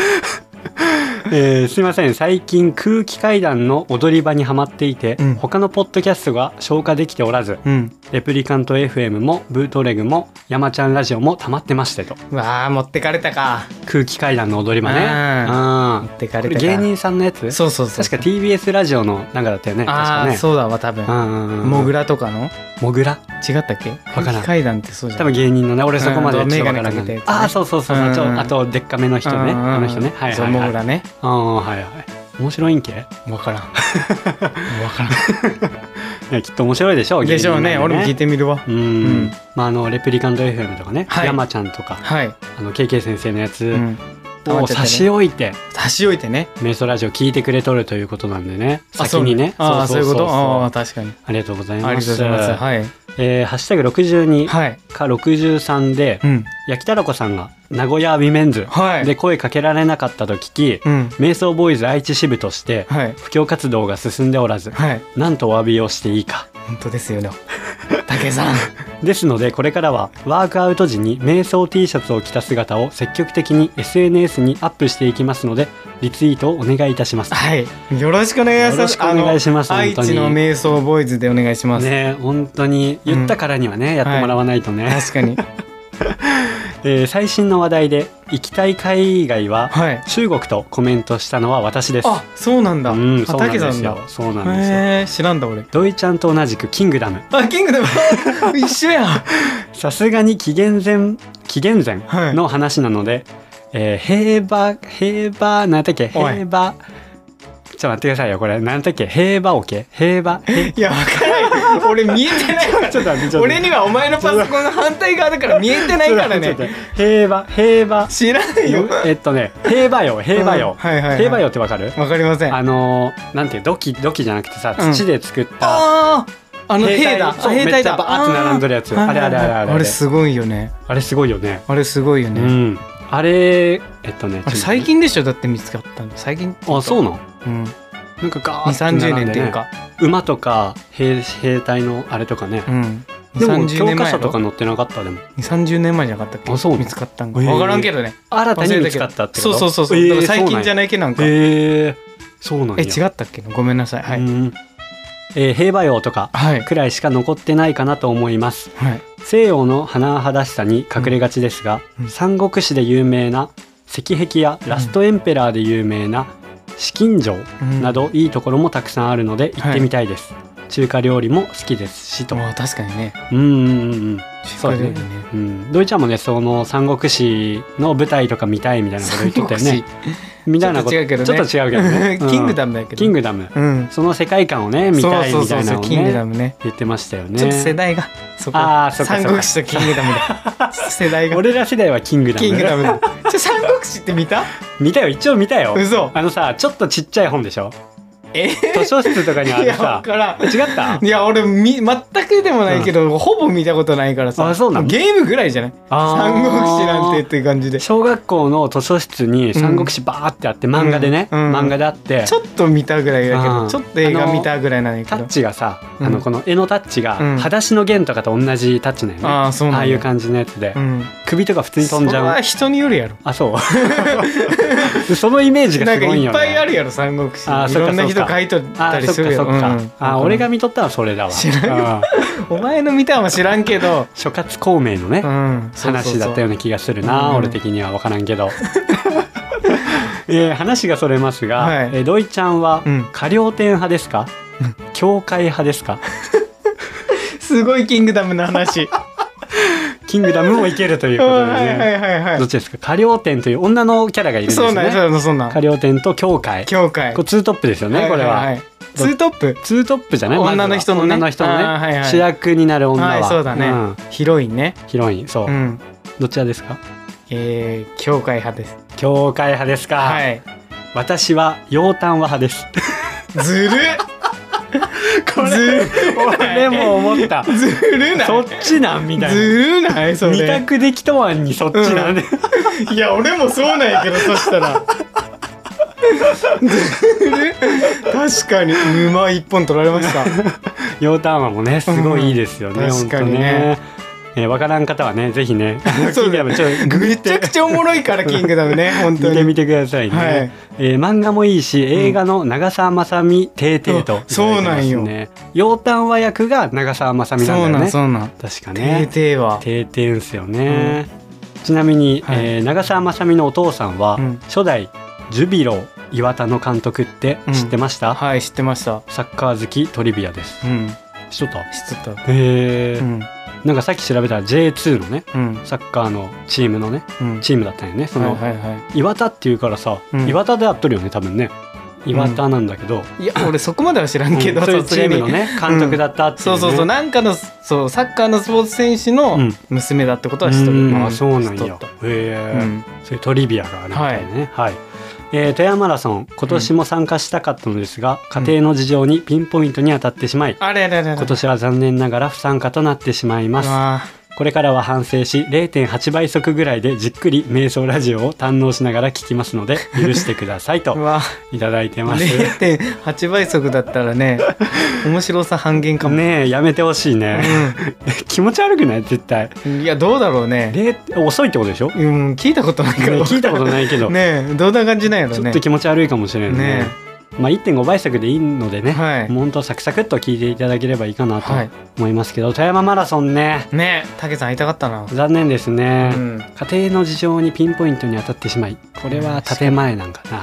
[SPEAKER 2] えーすいません最近空気階段の踊り場にはまっていて、
[SPEAKER 1] うん
[SPEAKER 2] 他のポッドキャストが消化できておらず
[SPEAKER 1] うん。
[SPEAKER 2] レプリカント FM もブートレグも山ちゃんラジオも溜まってましてと
[SPEAKER 1] うわあ持ってかれたか。
[SPEAKER 2] 空気階段の踊り場ね
[SPEAKER 1] うん
[SPEAKER 2] うん
[SPEAKER 1] 持ってかれ
[SPEAKER 2] こ
[SPEAKER 1] た
[SPEAKER 2] れ
[SPEAKER 1] か。
[SPEAKER 2] 芸人さんのやつ
[SPEAKER 1] そうそうそう。
[SPEAKER 2] 確か TBS ラジオのなんかだったよね確
[SPEAKER 1] あ
[SPEAKER 2] か
[SPEAKER 1] あ、
[SPEAKER 2] ね
[SPEAKER 1] そうだわ多分。
[SPEAKER 2] うんうんうん
[SPEAKER 1] モグラとかの
[SPEAKER 2] モグラ
[SPEAKER 1] 違ったっけ
[SPEAKER 2] からん
[SPEAKER 1] 空気階段ってそうじゃ
[SPEAKER 2] 多
[SPEAKER 1] ん
[SPEAKER 2] 分芸人のね俺そこまで
[SPEAKER 1] うん
[SPEAKER 2] ちょっとわからな
[SPEAKER 1] メガネかけたや
[SPEAKER 2] い、
[SPEAKER 1] つね
[SPEAKER 2] ああそうそうそう、
[SPEAKER 1] うん
[SPEAKER 2] ちょあとでっかめの人ね、
[SPEAKER 1] うんうんうん
[SPEAKER 2] あの人ねはい
[SPEAKER 1] そう
[SPEAKER 2] はい
[SPEAKER 1] モ
[SPEAKER 2] はい
[SPEAKER 1] グラね
[SPEAKER 2] うんはいはい面白いんけ
[SPEAKER 1] 分から ん分か
[SPEAKER 2] いやきっと面白いでしょ
[SPEAKER 1] ら
[SPEAKER 2] うん
[SPEAKER 1] でしょうね
[SPEAKER 2] 芸人なん
[SPEAKER 1] 俺も聞いてみるわ
[SPEAKER 2] うん、
[SPEAKER 1] うん
[SPEAKER 2] まああのレプリカント FM とかね、
[SPEAKER 1] はい
[SPEAKER 2] 山ちゃんとか
[SPEAKER 1] はい、
[SPEAKER 2] あの KK 先生のや
[SPEAKER 1] う
[SPEAKER 2] つ
[SPEAKER 1] ん、
[SPEAKER 2] を差し置いて、
[SPEAKER 1] 差し置いてね
[SPEAKER 2] メイソラジオ聞いてくれとるということなんでね
[SPEAKER 1] あ
[SPEAKER 2] 先にね
[SPEAKER 1] そうああそういうことああ
[SPEAKER 2] あ
[SPEAKER 1] 確かに
[SPEAKER 2] りがとうござい
[SPEAKER 1] ありが
[SPEAKER 2] ま
[SPEAKER 1] とうご
[SPEAKER 2] す
[SPEAKER 1] ざいますはい
[SPEAKER 2] えーハッシュタグ62
[SPEAKER 1] はい
[SPEAKER 2] か63で、
[SPEAKER 1] うん
[SPEAKER 2] 焼きたらこさんが名古屋アビメンズ
[SPEAKER 1] はい
[SPEAKER 2] で声かけられなかったと聞き、
[SPEAKER 1] うん
[SPEAKER 2] 瞑想ボーイズ愛知支部として、
[SPEAKER 1] はい
[SPEAKER 2] 布教活動が進んでおらず、
[SPEAKER 1] はい
[SPEAKER 2] なんとお詫びをしていいか。
[SPEAKER 1] 本当です よね武さん
[SPEAKER 2] ですので、これからは、ワークアウト時に瞑想 T シャツを着た姿を積極的に SNS にアップしていきますので、リツイートをお願いいたします。
[SPEAKER 1] はいよろしくお願いします
[SPEAKER 2] よろしくお願いします
[SPEAKER 1] あの
[SPEAKER 2] 本
[SPEAKER 1] 愛
[SPEAKER 2] 当に
[SPEAKER 1] 知の瞑想ボーイズでお願いします、
[SPEAKER 2] ねえ本当に、言ったからにはね、やってもらわないとね。
[SPEAKER 1] 確かに
[SPEAKER 2] えー最新の話題で、行きたい海外は、
[SPEAKER 1] はい
[SPEAKER 2] 中国とコメントしたのは私です。
[SPEAKER 1] あそうなんだ、
[SPEAKER 2] うん、
[SPEAKER 1] あ
[SPEAKER 2] そうなん
[SPEAKER 1] 武
[SPEAKER 2] で
[SPEAKER 1] さん
[SPEAKER 2] す
[SPEAKER 1] だ
[SPEAKER 2] よ。そうなんですよ。
[SPEAKER 1] へえ知らんだ俺
[SPEAKER 2] 土井ちゃんと同じくキングダム
[SPEAKER 1] あキングダム 一緒やん
[SPEAKER 2] さすがに紀元前紀元前の話なので、えー平和平和なんだっけ平
[SPEAKER 1] おい
[SPEAKER 2] 和ちょっと待ってくださいよこれなんだっけ平和オケ平和へ
[SPEAKER 1] いや、わからない。俺見えてないから。
[SPEAKER 2] ちょっと待ってちょっと待
[SPEAKER 1] 俺
[SPEAKER 2] って
[SPEAKER 1] にはお前のパソコンの反対側だから見えてないから
[SPEAKER 2] ちょっと
[SPEAKER 1] ね。
[SPEAKER 2] 待って平和平和
[SPEAKER 1] 知らないよ。
[SPEAKER 2] えっとね平和よ平和よ、
[SPEAKER 1] うんはいはいはい
[SPEAKER 2] 平和よってわかる
[SPEAKER 1] わかりません。あ
[SPEAKER 2] あのーなんていう土器土器じゃなくてさ
[SPEAKER 1] うん
[SPEAKER 2] 土で作った、
[SPEAKER 1] あー、あの兵だ。
[SPEAKER 2] そう
[SPEAKER 1] あ兵隊だ。
[SPEAKER 2] めっちゃバーって並んでるやつ
[SPEAKER 1] ー
[SPEAKER 2] あれあれあれあれ
[SPEAKER 1] あれすごいよね。
[SPEAKER 2] あれすごいよね
[SPEAKER 1] あれすごいよ
[SPEAKER 2] う
[SPEAKER 1] ね。
[SPEAKER 2] んあれえっとね
[SPEAKER 1] あれ最近でしょだって見つかったの。最近。
[SPEAKER 2] あそうなん
[SPEAKER 1] うん。2、
[SPEAKER 2] なんかガーッと並んで、ね、
[SPEAKER 1] 30年っていうか。
[SPEAKER 2] 馬とか兵兵隊のあれとかね
[SPEAKER 1] う、ん。
[SPEAKER 2] でも
[SPEAKER 1] 30
[SPEAKER 2] 教
[SPEAKER 1] 年
[SPEAKER 2] 科
[SPEAKER 1] 前や
[SPEAKER 2] 書と
[SPEAKER 1] ろ
[SPEAKER 2] か載ってなかったでも
[SPEAKER 1] 2、30年前じゃなかったっけ
[SPEAKER 2] あそうなの
[SPEAKER 1] 見つかったん
[SPEAKER 2] へ
[SPEAKER 1] か。
[SPEAKER 2] ー
[SPEAKER 1] わからんけどね。
[SPEAKER 2] 新た
[SPEAKER 1] 忘
[SPEAKER 2] に
[SPEAKER 1] れたけ
[SPEAKER 2] 見
[SPEAKER 1] ど
[SPEAKER 2] つかったってこ
[SPEAKER 1] そう
[SPEAKER 2] と
[SPEAKER 1] そうそうそう。だから最近じゃ
[SPEAKER 2] ない
[SPEAKER 1] ないけなんか。え、
[SPEAKER 2] へえそうなんや
[SPEAKER 1] 違ったっけごめんなさい。は
[SPEAKER 2] う
[SPEAKER 1] い。
[SPEAKER 2] んえー兵馬俑とか
[SPEAKER 1] はい。
[SPEAKER 2] くらいしか残ってないかなと思います
[SPEAKER 1] はい。
[SPEAKER 2] 西洋の華々しさに隠れがちですが、
[SPEAKER 1] うん
[SPEAKER 2] 三国志で有名な石壁やラストエンペラーで有名な紫禁城
[SPEAKER 1] うん
[SPEAKER 2] などいいところもたくさんあるので行ってみたいです、中華料理も好きですしと
[SPEAKER 1] まあ確かにね。
[SPEAKER 2] うんうんうんうんそうだね
[SPEAKER 1] 中華料理ね
[SPEAKER 2] うん、土井ちゃんもねその三国志の舞台とか見たいみたいなこと言ってたよねみ
[SPEAKER 1] ち
[SPEAKER 2] た
[SPEAKER 1] ょ
[SPEAKER 2] い
[SPEAKER 1] っ
[SPEAKER 2] なことと
[SPEAKER 1] 違うけどね。
[SPEAKER 2] ちょっと違うけ どね
[SPEAKER 1] キング
[SPEAKER 2] ム、
[SPEAKER 1] ダムだけど。
[SPEAKER 2] キングダム
[SPEAKER 1] うん。
[SPEAKER 2] その世界観をね見
[SPEAKER 1] そう
[SPEAKER 2] たい
[SPEAKER 1] そう
[SPEAKER 2] み
[SPEAKER 1] そ
[SPEAKER 2] た
[SPEAKER 1] う
[SPEAKER 2] いな
[SPEAKER 1] そう、
[SPEAKER 2] のを
[SPEAKER 1] キングダ
[SPEAKER 2] ね
[SPEAKER 1] ムね。
[SPEAKER 2] 言ってましたよ
[SPEAKER 1] ちょっと世
[SPEAKER 2] ね
[SPEAKER 1] 代が。そこ。
[SPEAKER 2] あーそっかそっか
[SPEAKER 1] 三国志とキングダム だ。世代が。
[SPEAKER 2] 俺ら世代はキングダ
[SPEAKER 1] キングダ
[SPEAKER 2] ム
[SPEAKER 1] ムだ。ちょ三国志って見た？
[SPEAKER 2] 見たよ一応見たよ
[SPEAKER 1] 嘘。
[SPEAKER 2] あのさちょっとちっちゃい本でしょ
[SPEAKER 1] え
[SPEAKER 2] 図書室とかにあ
[SPEAKER 1] い
[SPEAKER 2] る
[SPEAKER 1] やわ
[SPEAKER 2] さ
[SPEAKER 1] からん
[SPEAKER 2] 違った
[SPEAKER 1] いや俺み全くでもないけど、ほぼ見たことないからさ
[SPEAKER 2] あそうなの
[SPEAKER 1] ゲームぐらいじゃない
[SPEAKER 2] あー
[SPEAKER 1] 三国志なんてって感じでち
[SPEAKER 2] 小学校の図書室に三国志バーってあって漫画でね、
[SPEAKER 1] うんうん
[SPEAKER 2] 漫画であって
[SPEAKER 1] ょっと見たぐらいだけ
[SPEAKER 2] う
[SPEAKER 1] ど
[SPEAKER 2] ん
[SPEAKER 1] ちょっと映画見たぐらいなんやけ
[SPEAKER 2] タ
[SPEAKER 1] ど
[SPEAKER 2] ッチがさ、
[SPEAKER 1] うん
[SPEAKER 2] あのこの絵のタッチが
[SPEAKER 1] うん
[SPEAKER 2] 「裸足の弦」とかと同じタッチなんよね、
[SPEAKER 1] ああそうなん
[SPEAKER 2] あ
[SPEAKER 1] だ
[SPEAKER 2] あいう感じのやつで、
[SPEAKER 1] うん
[SPEAKER 2] 首とか普通に飛んじ
[SPEAKER 1] それ
[SPEAKER 2] ゃ
[SPEAKER 1] は
[SPEAKER 2] う
[SPEAKER 1] 人によるやろ
[SPEAKER 2] あそ うそのイメージが
[SPEAKER 1] なん
[SPEAKER 2] す
[SPEAKER 1] か
[SPEAKER 2] ごい
[SPEAKER 1] い
[SPEAKER 2] よね
[SPEAKER 1] っぱいあるやろ三国志
[SPEAKER 2] あ
[SPEAKER 1] い
[SPEAKER 2] ーそっか
[SPEAKER 1] ろんな
[SPEAKER 2] そっ
[SPEAKER 1] 人
[SPEAKER 2] か
[SPEAKER 1] 書いとった
[SPEAKER 2] あ
[SPEAKER 1] り
[SPEAKER 2] そっ
[SPEAKER 1] す
[SPEAKER 2] か
[SPEAKER 1] る
[SPEAKER 2] そ
[SPEAKER 1] よ
[SPEAKER 2] っか、
[SPEAKER 1] うん
[SPEAKER 2] あ俺が見とったらそれだわ
[SPEAKER 1] 知らん
[SPEAKER 2] うん
[SPEAKER 1] お前の見たんは知らんけ ど、
[SPEAKER 2] 諸葛孔明のね、
[SPEAKER 1] うん、そうそうそう
[SPEAKER 2] 話だったような気がするな、
[SPEAKER 1] うん
[SPEAKER 2] 俺的には分からん けど、えー話がそれますが、
[SPEAKER 1] はい
[SPEAKER 2] えー土井ちゃんは
[SPEAKER 1] うん
[SPEAKER 2] 過料店派ですか、教会派ですか
[SPEAKER 1] すごいキングダムの話
[SPEAKER 2] キングダムもいけるという
[SPEAKER 1] う
[SPEAKER 2] こ
[SPEAKER 1] ん
[SPEAKER 2] とで
[SPEAKER 1] はいは
[SPEAKER 2] ね。
[SPEAKER 1] いはい
[SPEAKER 2] ど
[SPEAKER 1] は
[SPEAKER 2] っちですか過料店という女のキャラがいるん
[SPEAKER 1] い
[SPEAKER 2] です
[SPEAKER 1] そうなんやそう
[SPEAKER 2] ね。
[SPEAKER 1] なんやそんなん
[SPEAKER 2] 過料店と教会。こ
[SPEAKER 1] 教会
[SPEAKER 2] れツートップですよね、これは。
[SPEAKER 1] いいいツートップ
[SPEAKER 2] ツートップじゃない
[SPEAKER 1] 女の人のね
[SPEAKER 2] まずは女の人のね、
[SPEAKER 1] あーはいはい
[SPEAKER 2] 主役になる女は、
[SPEAKER 1] はいそうだね、
[SPEAKER 2] ん
[SPEAKER 1] ヒロインね
[SPEAKER 2] ヒロインそう、
[SPEAKER 1] うん
[SPEAKER 2] どちらですか
[SPEAKER 1] えー、教会派です
[SPEAKER 2] 教会派ですか、
[SPEAKER 1] はい
[SPEAKER 2] 私は洋炭派です
[SPEAKER 1] ずる
[SPEAKER 2] これ
[SPEAKER 1] ずる
[SPEAKER 2] 俺も思 った
[SPEAKER 1] ずるない
[SPEAKER 2] そっちなんみたいな
[SPEAKER 1] ずるないそ
[SPEAKER 2] 二
[SPEAKER 1] れ
[SPEAKER 2] 択できとわんにそっちなんで、
[SPEAKER 1] いや俺もそうなんやけどそしたらずる確かに馬一本取られました
[SPEAKER 2] 洋炭はもねすごいいいですよね、
[SPEAKER 1] うん
[SPEAKER 2] 本当
[SPEAKER 1] 確かにね
[SPEAKER 2] えー、わからん方はねぜひね
[SPEAKER 1] そう
[SPEAKER 2] キングダムちょっとググ
[SPEAKER 1] め
[SPEAKER 2] っ
[SPEAKER 1] ちゃ
[SPEAKER 2] て
[SPEAKER 1] くちゃおもろいからキングダムね本当
[SPEAKER 2] 見て
[SPEAKER 1] に
[SPEAKER 2] みてくださいね、
[SPEAKER 1] はい
[SPEAKER 2] えー漫画もいいし映画の長澤まさみてーてーといただいてます、ね、
[SPEAKER 1] そうなんよ
[SPEAKER 2] 洋炭和役が長澤まさみなんだ
[SPEAKER 1] そう
[SPEAKER 2] よ
[SPEAKER 1] なん
[SPEAKER 2] ね
[SPEAKER 1] そうなん
[SPEAKER 2] 確
[SPEAKER 1] て
[SPEAKER 2] か
[SPEAKER 1] ー
[SPEAKER 2] ね
[SPEAKER 1] てーは
[SPEAKER 2] てーてーんすよね、ちなみに、
[SPEAKER 1] はい
[SPEAKER 2] えー長澤まさみのお父さんは、
[SPEAKER 1] うん
[SPEAKER 2] 初代ジュビロ岩田の監督って知ってました、
[SPEAKER 1] はい知ってました
[SPEAKER 2] サッカー好きトリビアです
[SPEAKER 1] うん知
[SPEAKER 2] 知っとった
[SPEAKER 1] ってた
[SPEAKER 2] へえ、
[SPEAKER 1] うん
[SPEAKER 2] なんかさっき調べたら J2 のね
[SPEAKER 1] うん
[SPEAKER 2] サッカーのチームのね
[SPEAKER 1] うん
[SPEAKER 2] チームだったんよねその、
[SPEAKER 1] はいはいは
[SPEAKER 2] 岩田っていうからさ、
[SPEAKER 1] うん
[SPEAKER 2] 岩田でやっとるよね多分ね岩田なんだけど、
[SPEAKER 1] いいや俺そこまでは知ら
[SPEAKER 2] うん
[SPEAKER 1] けど
[SPEAKER 2] そういう
[SPEAKER 1] さす
[SPEAKER 2] チ
[SPEAKER 1] が
[SPEAKER 2] ー
[SPEAKER 1] に
[SPEAKER 2] ムのね監督だったっていう、
[SPEAKER 1] そ
[SPEAKER 2] ね
[SPEAKER 1] うそうそうなんかのそうサッカーのスポーツ選手の
[SPEAKER 2] うん
[SPEAKER 1] 娘だってことは知っとる
[SPEAKER 2] うんあそうなん
[SPEAKER 1] 知っ
[SPEAKER 2] や
[SPEAKER 1] とっ
[SPEAKER 2] へえ
[SPEAKER 1] た、うん
[SPEAKER 2] そういうトリビアがあるみたいね。はい。えー富山マラソン今年も参加したかったのですが、
[SPEAKER 1] うん
[SPEAKER 2] 家庭の事情にピンポイントに当たってしまい、
[SPEAKER 1] あれあれあれあれ
[SPEAKER 2] 今年は残念ながら不参加となってしまいます。
[SPEAKER 1] あ
[SPEAKER 2] これからは反省し、0.8倍速ぐらいでじっくり瞑想ラジオを堪能しながら聞きますので、許してください
[SPEAKER 1] ーう
[SPEAKER 2] と
[SPEAKER 1] わ
[SPEAKER 2] いただいてます。
[SPEAKER 1] 0.8倍速だったら ね面白さ半減かも、
[SPEAKER 2] ねえ、やめてほしいね。気持ち悪くない絶対。
[SPEAKER 1] うん、いやどうだろうね、
[SPEAKER 2] で、遅いってことでしょ、 ね
[SPEAKER 1] うん、聞いたことないから
[SPEAKER 2] 聞いたことないけど、
[SPEAKER 1] ねえどんな感じなんやろ
[SPEAKER 2] ち
[SPEAKER 1] う
[SPEAKER 2] ょ
[SPEAKER 1] ね
[SPEAKER 2] っと気持ち悪いかもしれないね。
[SPEAKER 1] ね
[SPEAKER 2] まあ1.5倍速でいいのでね、
[SPEAKER 1] はい
[SPEAKER 2] もうほんとサクサクっと聞いていただければいいかなと
[SPEAKER 1] はい
[SPEAKER 2] 思いますけど、富山マラソンね
[SPEAKER 1] ねえたけさん会いたかったな、
[SPEAKER 2] 残念ですね、
[SPEAKER 1] うん
[SPEAKER 2] 家庭の事情にピンポイントに当たってしまいこれは建前なんかな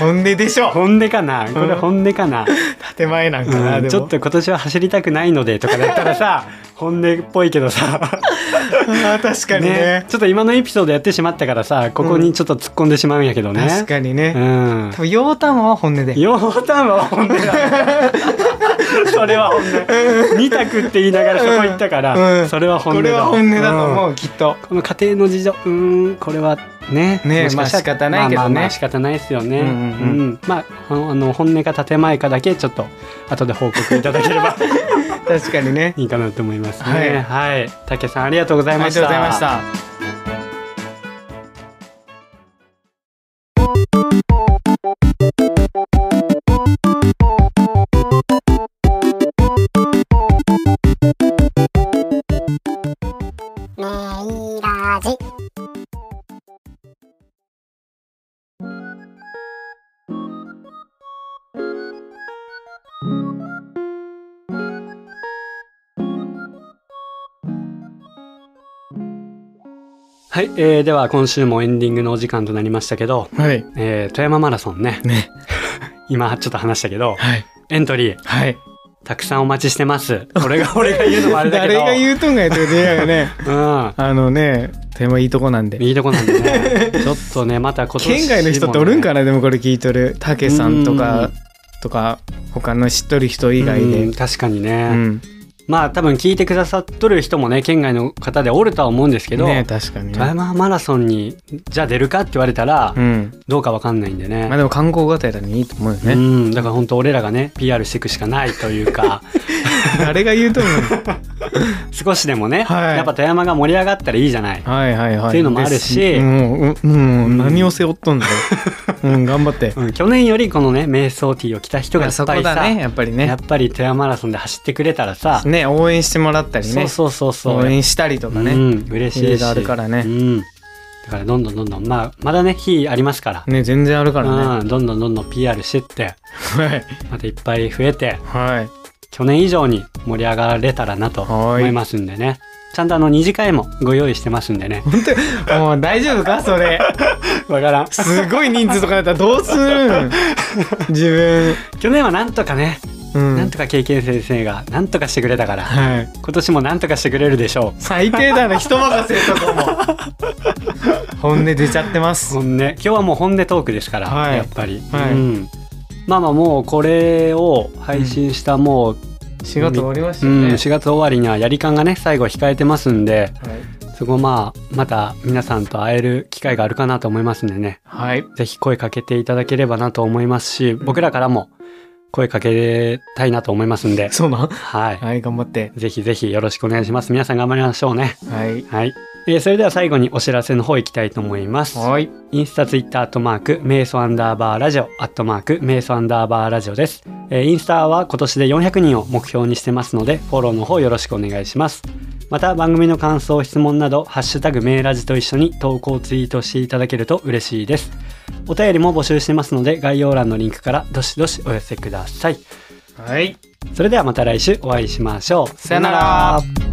[SPEAKER 1] 本音でしょ
[SPEAKER 2] 本音かなこれ本音かな、
[SPEAKER 1] 建前なんかな、
[SPEAKER 2] うん
[SPEAKER 1] でも
[SPEAKER 2] ちょっと今年は走りたくないのでとかだったらさ 本音っぽいけどさ、
[SPEAKER 1] あー 確かにね
[SPEAKER 2] ちょっと今のエピソードやってしまったからさここにちょっと突っ込んでしまうんやけどね、
[SPEAKER 1] 確かにね、
[SPEAKER 2] うん
[SPEAKER 1] 多分ヨータマは本音で
[SPEAKER 2] 洋タンは本音だ それは本音二択って言いながらそこ行ったから、
[SPEAKER 1] うん
[SPEAKER 2] それは本音
[SPEAKER 1] こ
[SPEAKER 2] だ
[SPEAKER 1] れは本音だと思う、
[SPEAKER 2] ん
[SPEAKER 1] きっと
[SPEAKER 2] この家庭の事情うーんこれはね
[SPEAKER 1] ね
[SPEAKER 2] もしかし
[SPEAKER 1] まあ仕
[SPEAKER 2] たら
[SPEAKER 1] 方ないけどね
[SPEAKER 2] まあまあまあ仕方ないですよねう
[SPEAKER 1] うんんうんうん
[SPEAKER 2] まああのあの本音か建前かだけちょっと後で報告いただけれ ば
[SPEAKER 1] 確かにね
[SPEAKER 2] いいかなと思います
[SPEAKER 1] は
[SPEAKER 2] ね
[SPEAKER 1] い
[SPEAKER 2] はい竹、さんありがとうござ
[SPEAKER 1] あ
[SPEAKER 2] い
[SPEAKER 1] り
[SPEAKER 2] ま
[SPEAKER 1] が
[SPEAKER 2] し
[SPEAKER 1] とう
[SPEAKER 2] た
[SPEAKER 1] ございました
[SPEAKER 3] メイラジ
[SPEAKER 2] はい、えーでは今週もエンディングのお時間となりましたけど、
[SPEAKER 1] はい
[SPEAKER 2] えー富山マラソンね
[SPEAKER 1] ね
[SPEAKER 2] 今ちょっと話した けど
[SPEAKER 1] はい
[SPEAKER 2] エントリー
[SPEAKER 1] はい
[SPEAKER 2] たくさんお待ちしてます。俺が、 俺が言うのもあれだけ
[SPEAKER 1] 誰
[SPEAKER 2] ど。
[SPEAKER 1] が言うとんがやってことやがね
[SPEAKER 2] うん。
[SPEAKER 1] あのねテーマいいとこなんで
[SPEAKER 2] いいとこなん でね。ちょっとね、また今年もね、
[SPEAKER 1] 県外の人っておるんか
[SPEAKER 2] な
[SPEAKER 1] なでもこれ聞いとるたけさんと
[SPEAKER 2] う
[SPEAKER 1] かとか他の知っとる人以外で
[SPEAKER 2] 確かに
[SPEAKER 1] う
[SPEAKER 2] ね、
[SPEAKER 1] ん
[SPEAKER 2] まあ多分聞いてくださっとる人もね県外の方でおるとは思うんですけど、
[SPEAKER 1] ね確かに
[SPEAKER 2] 富
[SPEAKER 1] ね
[SPEAKER 2] 山マラソンにじゃあ出るかって言われたら、
[SPEAKER 1] うん
[SPEAKER 2] どうかわかんないんでね。
[SPEAKER 1] まあでも観光がてらにいいと思うよ
[SPEAKER 2] う
[SPEAKER 1] ね、
[SPEAKER 2] ん、だから本当俺らがね PR していくしかない という か
[SPEAKER 1] あれが言うと思う
[SPEAKER 2] 少しでもね、
[SPEAKER 1] はい
[SPEAKER 2] やっぱ富山が盛り上がったらいいじゃない、
[SPEAKER 1] はいはいはい
[SPEAKER 2] っていうのもあるし
[SPEAKER 1] ですうんうん、うんん、何を背負っとんだようん頑張って
[SPEAKER 2] うん、去年よりこのね瞑想ティーを着た人がいっ
[SPEAKER 1] そ
[SPEAKER 2] ぱ
[SPEAKER 1] こ
[SPEAKER 2] いさ、
[SPEAKER 1] だねやっぱり
[SPEAKER 2] や
[SPEAKER 1] ね
[SPEAKER 2] っぱり富山マラソンで走ってくれたらさ、
[SPEAKER 1] ね応援してもらったり
[SPEAKER 2] そう
[SPEAKER 1] ね
[SPEAKER 2] そうそうそう
[SPEAKER 1] 応援したりとかね、
[SPEAKER 2] うん、嬉しい
[SPEAKER 1] いろい
[SPEAKER 2] し
[SPEAKER 1] ろあるからね
[SPEAKER 2] うん、だからどんどんどんどんまあまだね日ありますから
[SPEAKER 1] ね全然あるからね
[SPEAKER 2] うん、どんどんどんどん PR してって
[SPEAKER 1] はい
[SPEAKER 2] またいっぱい増えて
[SPEAKER 1] はい
[SPEAKER 2] 去年以上に盛り上がれたらなと思
[SPEAKER 1] はい
[SPEAKER 2] いますんでねちゃんとあの二次会もご用意してますんで ね
[SPEAKER 1] もう大丈夫かそれ
[SPEAKER 2] わからん
[SPEAKER 1] すごい人数とかだったらどうするん自分
[SPEAKER 2] 去年はなんとかね、
[SPEAKER 1] うん
[SPEAKER 2] なんとか経験先生がなんとかしてくれたから
[SPEAKER 1] はい
[SPEAKER 2] 今年もなんとかしてくれるでしょ
[SPEAKER 1] 最低だな人任せとかも本音出ちゃってま
[SPEAKER 2] う
[SPEAKER 1] す
[SPEAKER 2] 本音今日はもう本音トークですから、
[SPEAKER 1] はい
[SPEAKER 2] やっぱり、
[SPEAKER 1] はい
[SPEAKER 2] うんまあまあもうこれを配信したもう、
[SPEAKER 1] 仕事終わりました
[SPEAKER 2] う
[SPEAKER 1] よ
[SPEAKER 2] ん
[SPEAKER 1] ね、
[SPEAKER 2] 4月終わりにはやりかんがね最後控えてますんでそこまあまた皆さんと会える機会があるかなと思いますんでね
[SPEAKER 1] はい、はい、
[SPEAKER 2] ぜひ声かけていただければなと思いますし、僕らからも声かけたいなと思います んで、
[SPEAKER 1] そうなん
[SPEAKER 2] はい。
[SPEAKER 1] はい頑張って
[SPEAKER 2] ぜひぜひよろしくお願いします。皆さん頑張りましょうね。
[SPEAKER 1] はい
[SPEAKER 2] はい。えーそれでは最後にお知らせの方行きたいと思います。
[SPEAKER 1] はい
[SPEAKER 2] インスタ、ツイッター、アットマーク、メイソアンダーバーラジオ、アットマーク、メイソアンダーバーラジオです。えーインスタは今年で400人を目標にしてますので、フォローの方よろしくお願いします。また番組の感想、質問など、ハッシュタグメイラジと一緒に投稿ツイートしていただけると嬉しいです。お便りも募集してますので、概要欄のリンクからどしどしお寄せください。
[SPEAKER 1] はい
[SPEAKER 2] それではまた来週お会いしましょう。
[SPEAKER 1] さよなら